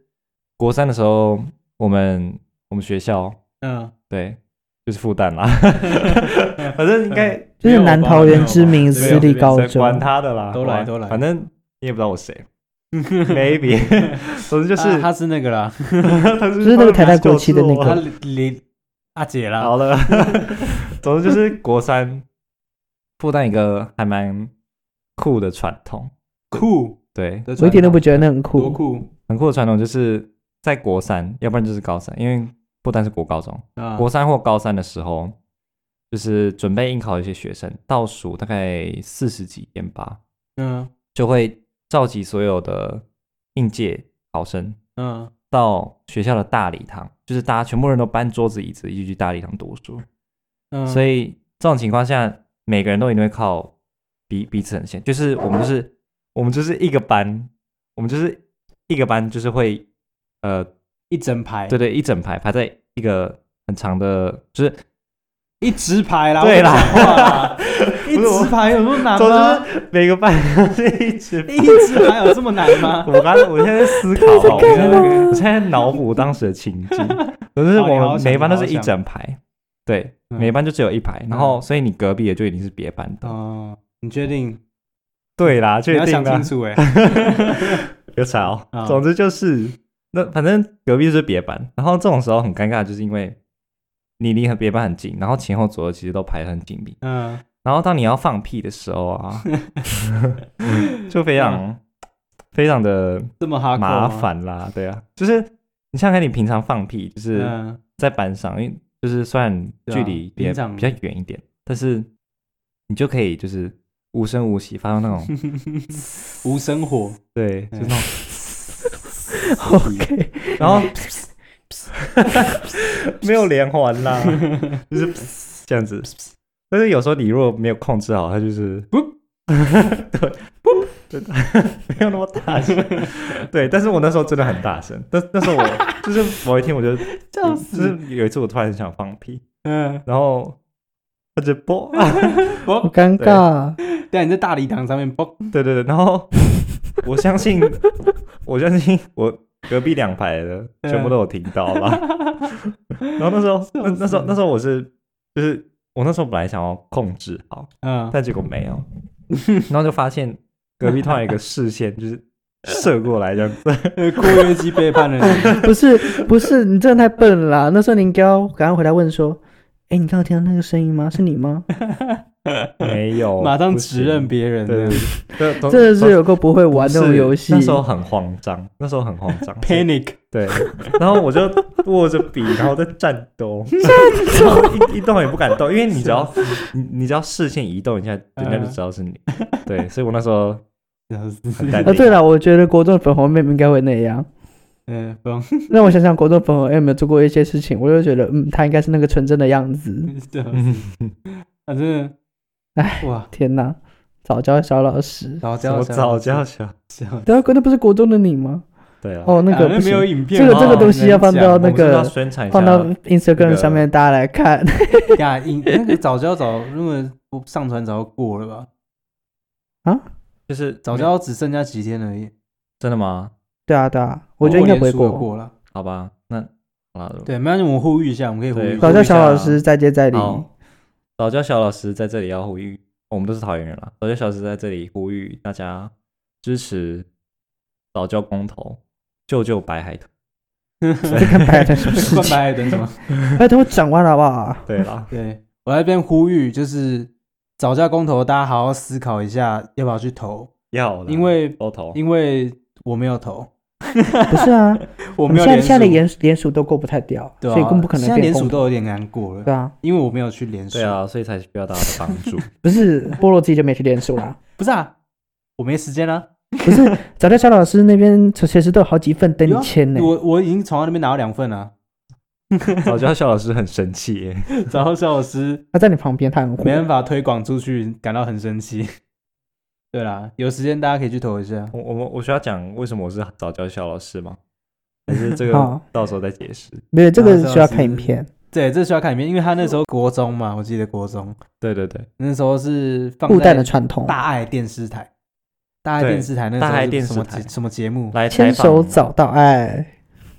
国三的时候，我们我们学校 <laughs> 嗯，对，就是复旦啦， <laughs> 嗯反正应该就是没有吧啊南桃园知名没私有立高谁管中，他的啦，都来管都来反正你也不知道 <laughs> 我谁，maybe，总之 <laughs> 就就是啊他是那个 <laughs> 啦，他就就是那个台大国旗的那 <laughs> 个他林阿姐啦，好了， <laughs> 总之就是国三复旦一个还蛮酷的传统，酷，对，我我一点都不觉得那很酷多。 <laughs> 酷很酷的传统就是在国三，要不然就是高三，因为复旦是国高中，啊，国三或高三的时候，就是准备应考的一些学生，倒数大概四十几天吧，嗯就会召集所有的应届考生嗯，到学校的大礼堂，就是大家全部人都搬桌子椅子一起去大礼堂读书。嗯所以这种情况下，每个人都一定会靠彼彼此很线，就是我们就是我们就是一个班，我们就是一个班，就是会呃，一整排，对对，一整排排在一个很长的，就是一直排啦，对啦我讲话啦，一是我直排有那么难总 <laughs> 吗？之每个班是一直。一直排有这么难吗？ <laughs> 我刚才我现在在思 <laughs> 考哦，我现在干嘛我现在脑补当时的情 <laughs> 境，总之好你我好好们想每一班你都好好是一想整排，对，嗯每一班就只有一排，然后所以你隔壁的就一定是别班的， <laughs> 哦，你确定？对啦，你确要定想啊啦清， <laughs> 楚哎，有吵。啊总之就是，那反正隔壁就是别班，然后这种时候很尴尬，就是因为你离别班很近，然后前后左右其实都排得很紧密，嗯，然后当你要放屁的时候 <laughs> 啊， <laughs> 就嗯非常非常的这么哈麻，烦啦，对啊，就是你想想看，你平常放屁就是嗯， <laughs> 在班上，因为就是虽然对啊距离也平比常较远一点，但是你就可以就是无声无息发出那 <laughs> 种无生活，对，就是那种 <laughs> OK，然后没有连环 <laughs> 啦，就是这样子。但是有时候你如果没有控制好，它就是 <laughs> 对，对，没有那么大 <laughs> 声。对，但是我那时候真的很大声。但那时候我就是某一天，我就 <laughs> 笑就是有一次我突然很想放屁，嗯，然后他 <laughs> 就啵，好我尴尬。啊啊但你在大礼堂上面蹦，<laughs> 对对对，然后我相信，我相信我隔壁两排的嗯全部都有听到吧。 <laughs> 然后那时候，那那时候那时候我是就是我那时候本来想要控制好，嗯， <laughs> 但结果没 <laughs> 有，然后就发现隔壁突然有一个视线就是射过来这样 <laughs> 子，呃括约肌背叛了哦你， <laughs> 不是不是，你真的太笨了啦！那时候你应该要赶快回来问说：“哎，你刚刚听到那个声音吗？是你吗没有，马上不指行认。别人，对对对，总真的是总有够不会玩不那种哦是游戏。那时候很慌张，那时候很慌 <laughs> 张 panic，对，然后我就握着笔，然后在战斗，战 <laughs> 斗一一动也不敢动，因为你只要你你只要视线移动一下，人家就知道是你。对，所以我那时候很淡啊，定。对了，我觉得国中粉红妹应该会那样。嗯，蹦，让我想想，国中粉红妹有没有做过一些事情，我就觉得，嗯，她应该是那个纯真的样子。对，嗯， <laughs> 反正，唉哇，天哪，早教小老师，早什么教早教小？教，对啊，那不是国中的你吗？对啊，哦，那个啊不没有行，影片哦这吗，个这个东西要放到我我们那们是不是个要宣传一放到下。 Instagram 上面，大家来看。呀，影那个早教早，如果不上传早就过了吧，啊就是早教只剩下几天而已，真的吗？对啊，对啊，我觉得应该不会过过。过了。好吧，那好了。对，没关系，我们呼吁一下，我们可以呼吁对。早教小老呼吁一师再接再厉，好早教小老师在这里要呼吁，哦我们都是桃园人啦。早教小老师在这里呼吁大家支持早教公投，救救白海豚。这跟白的什么 <laughs> 事关情？白海豚什么？ <laughs> 拜托我哎讲完了好不好？对啦，对我在这边呼吁，就是早教公投，大家好好思考一下要不要去投， <laughs> 要啦因为都投。因为我没有投， <laughs> 不是啊，我我没们有现在联现在署，联联署都过不太掉，对啊所以更不可能现在变联公署投。都有点难过了，对啊，因为我没有去联署。对，啊，所以才需要大家的帮助。 <laughs> 不是菠萝自己就没去联署啦。不是啊，我没时间啊。不是，早教小老师那边随时都有好几份等你有啊签呢。我我已经从他那边拿到两份了，早知道哦肖老师很生气耶， <laughs> 然后肖老师他在你旁边，他很火没。办法推广出去，感到很生气。 <laughs> 对啦，有时间大家可以去投一下。 <laughs> 我我们我需要讲为什么我是早教肖老师 <laughs> 吗？还是这个好到时候再解释？没有这啊个这倒需要是看影片，对，这需要看里面，因为他那时候国中嘛，我记得国中对对对，那时候是放布袋在的传统，大爱电视台，大爱对电视台那时大爱候电是什么视台节什么节目？来采牵访手找到哎爱。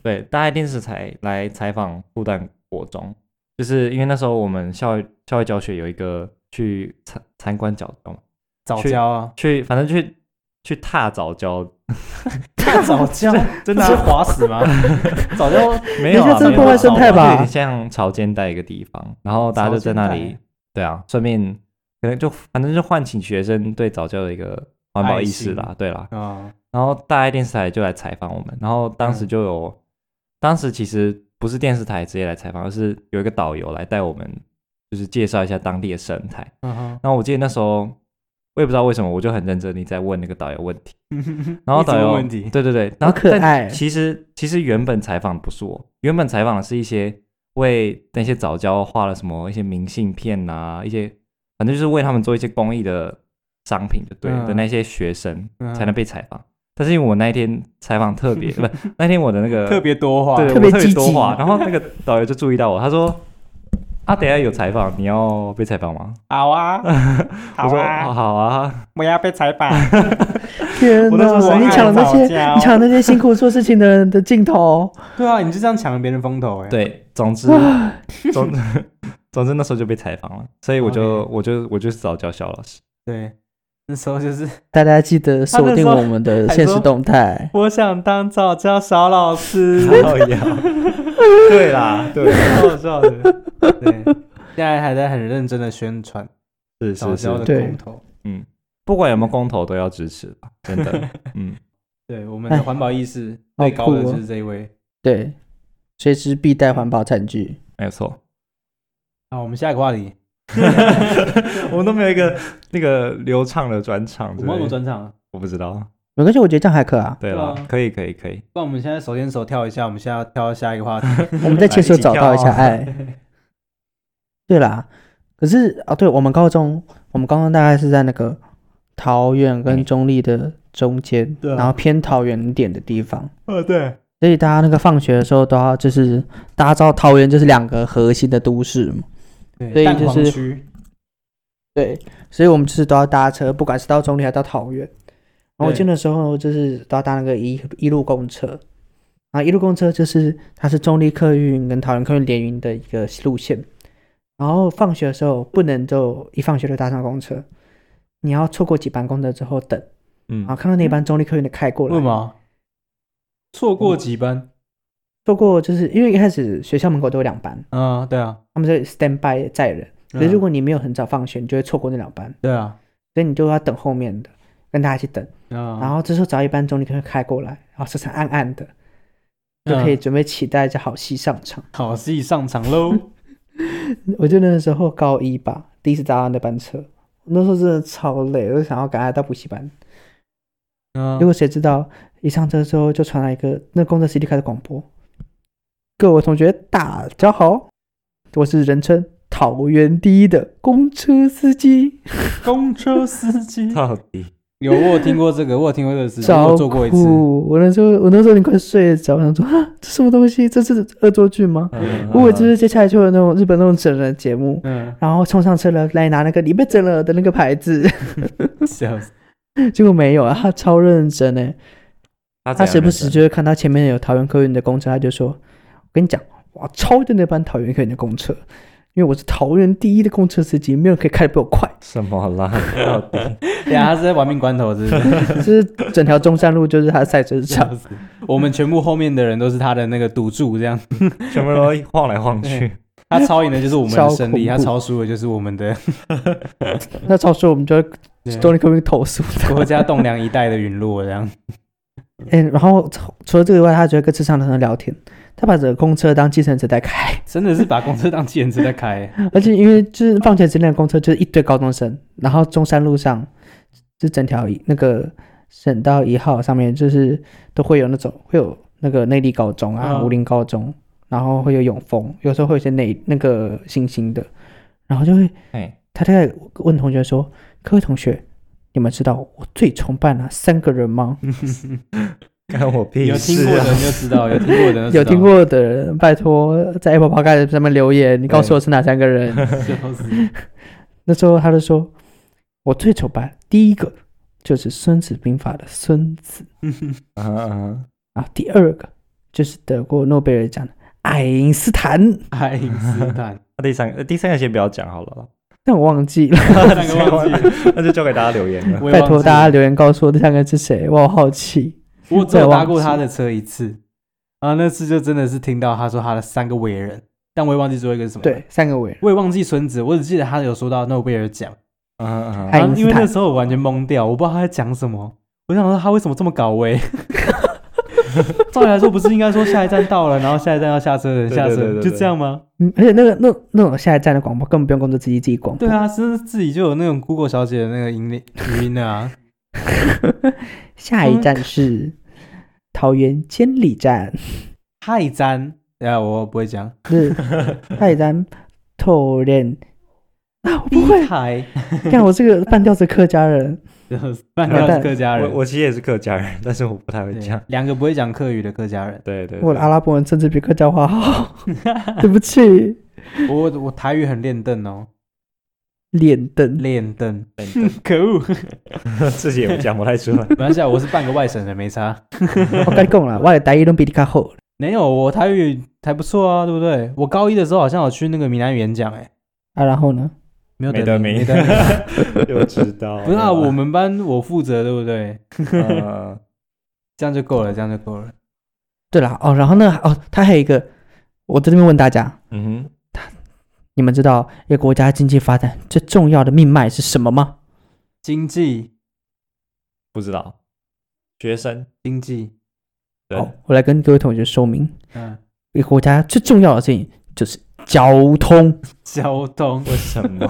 对，大爱电视台来采访复旦国中，就是因为那时候我们校外校外教学有一个去参参观早教嘛，早去教啊， <laughs> 去反正去去踏早教，看早教 <laughs> 真啊那是滑死 <laughs> 吗？早教没有你啊，这真没有的破坏啊生态吧就有点像潮间带一个地方，然后大家就在那潮间里带，对啊，顺便可能就反正就唤起学生对早教的一个环保意识爱啦，对啦。啊，然后大爱电视台就来采访我们，然后当嗯时就有，当时其实不是电视台直接来采访，而是有一个导游来带我们，就是介绍一下当地的生态。嗯哼然后我记得那时候我也不知道为什么，我就很认真地在问那个导游问题。 <laughs> 然后一直导问游问题对对对，然好后可但哎爱其实其实原本采访的不是我，原本采访的是一些为那些早教画了什么一些明信片啊，一些反正就是为他们做一些公益的商品就对了、的嗯那些学生嗯才能被采访。但是因为我那一天采访特 <laughs> 别，不是那天我的那个特别多话，对我特别特别积多极话，然后那个导游就注意到我，他说：“啊，等一下有采访，你要被采访吗？”好啊，我好说：“啊，<laughs> 好啊。我要被采访，天我那时候哪！是爱啊你抢了那哎早些，教你抢了那些辛苦做事情的人的镜头， <laughs> 对啊，你就这样抢了别人风头哎，”，对，总之哇！总 <laughs> 总之那时候就被采访了，所以我就我就我就是早教肖老师。对，那时候就是。大家记得锁定我们的现实动态我想当早教小老 <laughs> 师，哦呀， <laughs> 对啦，对，好好笑的。对，现在还在很认真的宣传是早是教的是，对公投。不管有没有公投都要支持吧，真 <laughs> 的，嗯， <laughs> 对，我们的哎环保意识最好高酷的哦就是这一位。对，随时必带环保餐具。没有错。好，我们下一个话题， <laughs> 我们都没有一个那个流畅的转场，我们有什么专场啊？我不知道。没关系，我觉得这样还 <laughs> 可啊。对对啊啦，可以可以可以，不然我们现在手牵手跳一下，我们现在要跳到下一个话题。我们再牵手找到一下来爱。 <laughs> 对啦，可是哦，对我们高中，我们高中大概是在那个桃园跟嗯中立的中间，对啊然后偏桃园一点的地方，哦，对，所以大家那个放学的时候都要就是大家知道桃园就是两个核心的都市嘛，所对，以蛋就黄是区，对，所以我们就是都要搭车，不管是到中立还是到桃园。然后我对进的时候就是都要搭那个一一路公车，然后一路公车就是它是中立客运跟桃园客运联营的一个路线。然后放学的时候不能就一放学就搭上公车，你要错过几班公车之后等，嗯然后看到那班中立客运的开过为什来，么错过几班？错过就是因为一开始学校门口都有两班，嗯，对啊，他们在 stand by 载人，可是如果你没有很早放学，你就会错过那两班，嗯对啊，所以你就要等后面的，跟大家一起等。嗯，然后这时候只要一班中立客运开过来，然后车程暗暗的，就可以嗯准备期待一下好戏上场。好戏上场 <laughs> 喽。嗯我记得那时候高一吧，第一次搭到那班车，那时候真的超累，我就想要赶快到补习班。嗯结，果谁知道一上车之后就传来一个那公车司机开的广播：“各位同学大家好，我是人称桃园第一的公车司机。公车司机到底有我有听过这个，我有听过这个”事情，嗯我超有做过一次。酷！我那时候我那时候你快睡着，我想说啊，这什么东西？这是恶作剧吗？嗯我以为就是接下来就有那种日本那种整人节目，嗯，然后冲上车了来拿那个你被整了的那个牌子， <laughs> 笑死。结果没有啊，他超认真呢，他他时不时就会看到前面有桃园客运的公车，他就说：“我跟你讲，我超着那班桃园客运的公车，因为我是桃园第一的公车司机，没有人可以开得比我 <laughs> 快。什么啦？到底对啊，他是在玩命关头，是不 <laughs> 是？”就是整条中山路就是他的赛车场，笑死！我们全部后面的人都是他的那个赌注，这样全部都晃来晃去对，他超赢的就是我们的胜利，超他恐怖超输的就是我们 <laughs> 的那超时我们就会对啊中立客运投诉他。国家栋梁一代的陨落，这样。哎、然后除除了这个以外，他觉得跟车上的人聊天，他把整个公车当计程车在开。真的是把公车当计程车在 <laughs> 开、欸而且因为就是放学之前的公车就是一堆高中生，然后中山路上就整条一那个省道一号上面就是都会有那种会有那个内地高中啊、嗯武林高中，然后会有永丰，有时候会有一些那那个星星的，然后就会哎，他在问同学说：“各位同学，你们知道我最崇拜哪三个人吗？”干我屁有听事过啊！的你就知道，有听过的人就知道有听，过的人，拜托在 Apple Podcast 上面留言，你告诉我是哪三个人。就是那时候他就说，我最崇拜第一个就是《孙子兵法》的孙子啊啊！啊，第二个就是得过诺贝尔奖的爱因斯坦，爱因斯坦，那第三个，第三个先不要讲好了啦，但我忘记了，那个忘记 <laughs> 了，那就交给大家留言 <laughs> 了。我也 <laughs> 拜忘托记大家了，留言告诉我第三个是谁，我好好奇。我只有再忘搭过记他的车一次，啊，那次就真的是听到他说他的三个伟人，但我也忘记最后一个是什么，对，，三个伟人，我也忘记孙子，我只记得他有说到诺贝尔奖，啊啊爱啊！然后因斯因为那坦时候我完全懵掉，我不知道他在讲什么，我想说他为什么这么搞位。 <laughs> 照理来说，不是应该说下一站到了，然后下一站要下车的人对下对对车，对就对这样吗？嗯，而且那个那那种下一站的广播根本不用工作，自己自己广播。对啊，是自己就有那种 Google 小姐的那个引领语音啊， <laughs> 下一站是桃园监理站。太粘。等一下我不会讲， <laughs> 是泰山透人啊！我不会， <laughs> 台，看我这个半吊子客家人，半完个蛋客家我人，我其实也是客家人，但是我不太会对讲。两个不会讲客语的客家人，对对，对我的阿拉伯文甚至比客家 <laughs> 话好，对不起，我我台语很练凳哦，脸 <laughs> 灯。练凳，等等可恶！ <laughs> 自己也讲不太出来。没关系啊，我是半个外省人，没差。我跟你讲了，我的台语都比你较好。没有，我台语还不错啊，对不对？我高一的时候好像有去那个闽南语演讲，哎，啊，然后呢？没有没得得名，名没得 <laughs> 名。就知道。不是啊，我们班我负责，对不对？ <laughs> 呃，这样就够了，这样就够了。对了，哦，然后呢？哦，他还有一个，我在这边问大家，嗯你们知道一个国家经济发展最重要的命脉是什么吗？经济，不知道。学生，经济，对哦，我来跟各位同学说明，嗯，一个国家最重要的事情就是交通。交通。为什 <laughs> 么？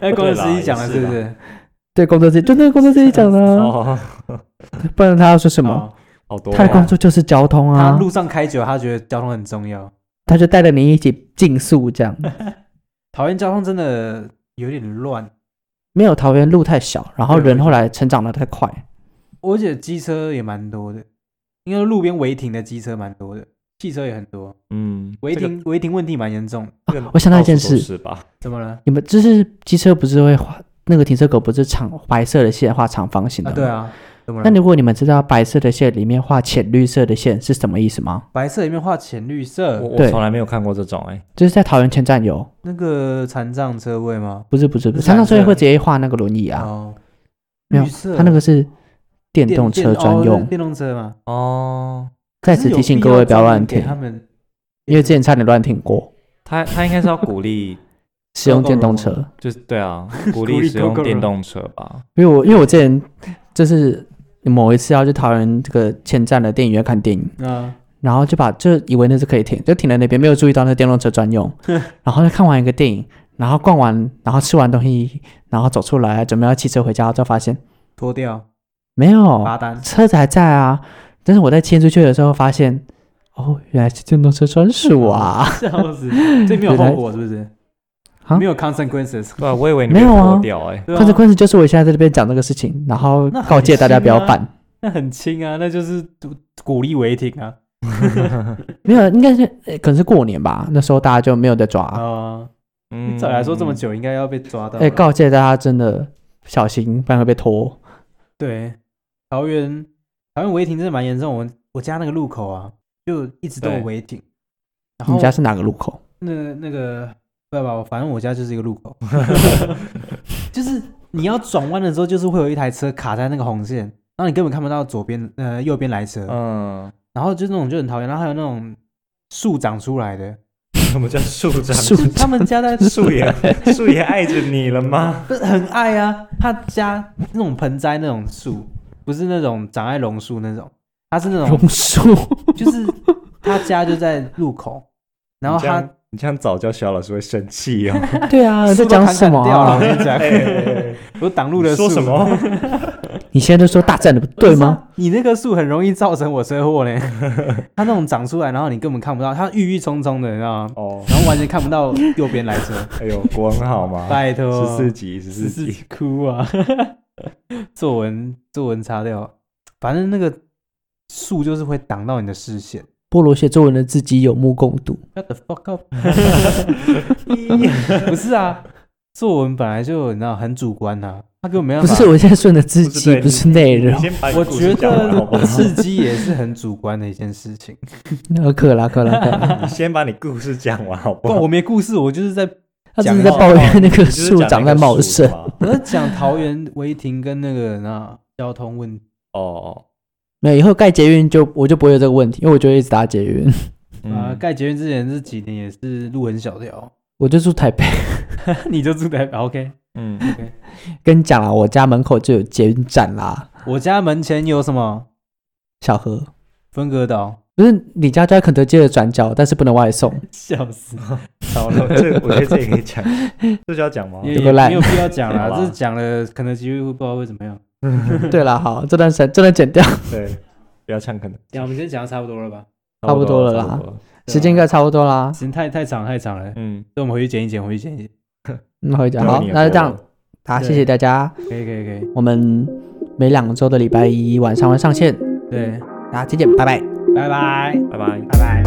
哎，公司 <laughs> 对啦十一讲了也是是不啦是？对，工作自己就那个工作自己讲的嗯啊，哦，不然他要说什么？哦？好多啊他的工作就是交通他啊，路上开久，他觉得交通很重 <laughs> 要。他就带着你一起竞速这样。讨厌交通真的有点乱，没有桃园路太小，然后对人后来成长的太快，而且机车也蛮多的，因为路边违停的机车蛮多的，汽车也很多，嗯，违这个停违停问题蛮严重的。这个我想到一到处件都事是吧，怎么了？你们就是机车不是会画那个停车格不是长白色的线画长方形的啊，吗？对。啊，怎么了那？如果你们知道白色的线里面画浅绿色的线是什么意思吗？白色里面画浅绿色，我我对从来没有看过这种哎，就是在桃园前站有，那个残障车位吗？不是不是不是啊是，常常蓝车色会直接画那个轮椅啊，哦，没有绿色，它那个是电电动啊电车专哦用。电动车嘛。哦，在此提醒各位不要乱停。停，他们因为之前差点乱停过，他他应该是要鼓励，使用电动高车。就是对 <laughs> 啊，鼓鼓励励使用 Gogoro 电动车 <laughs> 吧。因为我因为我之前就是某一次要去桃园这个前站的电影院看电影，啊，然后就把就以为那是可以停，就停在那边，没有注意到那电动车专 <laughs> 用。然后就看完一个电影，然后逛完，然后吃完东西，然后走出来准备要骑车回家，就发现脱掉没有罚单，车子还在啊。但是我在牵出去的时候发现，哦，原来是电动车专属啊！笑死！这没有后果是不是？啊没有 consequences，对啊，我以为你没被有啊脱掉哎， <laughs> 对啊或者关键就是我现在在这边讲这个事情，然后那很告诫大家不要轻啊犯。那很轻啊，那就是鼓励违停 <laughs> 啊。没有，应该是呃可能是过年吧，那时候大家就没有在抓。啊，嗯照理来说这么，久应该要被抓到哎、了。告诫大家真的小心，不然会被拖。对，桃园桃园违停真的蛮严重。我我家那个路口啊，就一直都有对违停。然你后家是哪个路口？那那个不不，反正我家就是一个路 <laughs> 口，就是你要转弯的时候，就是会有一台车卡在那个红线，然后你根本看不到左边呃右边来车， <laughs> 嗯，然后就那种就很讨厌。然后还有那种树长出来的，什么叫树长？树就是他们家在树也树也爱着你了吗？不是很爱啊，他家那种盆栽那种树，不是那种长在榕树那种，他是 <laughs> 那种榕树，就是他家就在路口，然后你这他样你这样早教小老师会生气 <laughs> 哦。 <laughs> 对啊，在讲什么、树都砍掉了我啊？跟你讲，哎哎哎有挡路的 <laughs> 说树什么？你现在就说大战的不对啊吗？你那棵树很容易造成我车祸呢。它那种长出来，然后你根本看不到，它郁郁葱葱的，你知道吗？哦，然后完全看不到右边来车，哎呦，国文 <laughs> 好吗？拜托，十四集，十只四是集，哭啊！ <laughs> 作文作文擦掉，反正那个树就是会挡到你的视线。菠萝写作文的自己有目共睹。 Shut the fuck up！不是啊，作文本来就你知道很主观呐、啊，他根本没办不法。是，我现在顺着自嗯不是己，对不是内容你。先把你我的故觉事讲完好不得好？刺激也是很主观的一件事情。呃，可啦可啦可 <laughs> 啦，你先把你故事讲完好不不，好？我没故事，我就是在他只讲是一在下抱怨那你个就是树讲长那在个茂树啊盛是。吗我在讲桃园违停跟那个那交通问题哦，没有，以后盖捷运就我就不会有这个问题，因为我就会一直搭捷运。啊。嗯，盖捷运之前这几年也是路很小条，我就住台北， <laughs> 你就住台北 OK？嗯，跟你讲啦，我家门口就有捷运站啦。我家门前有什么小何，分隔岛？不是你家就在肯德基的转角，但是不能外送。 <laughs> 笑死，超好了，了，这个我觉得这也可以 <laughs> 讲，这就要讲吗？也有也个烂 <laughs> 没有啊必要讲好啦，吧这讲了肯德基会不知道会怎么样。对啦，好，这段删，这段剪掉， <laughs> 对，啊不要呛可能讲我们今天讲的差不多了吧？差不多了啦差不多了时间应该差不多啦时。间太太长太长了，所嗯，以我们回去剪一剪，回去剪一剪。嗯，回家然后好，你也那就这播样了，，好，对谢谢大家。可以可以可以，我们每两周的礼拜一晚上会上线，对，大家再见，拜拜。拜拜拜拜。拜拜。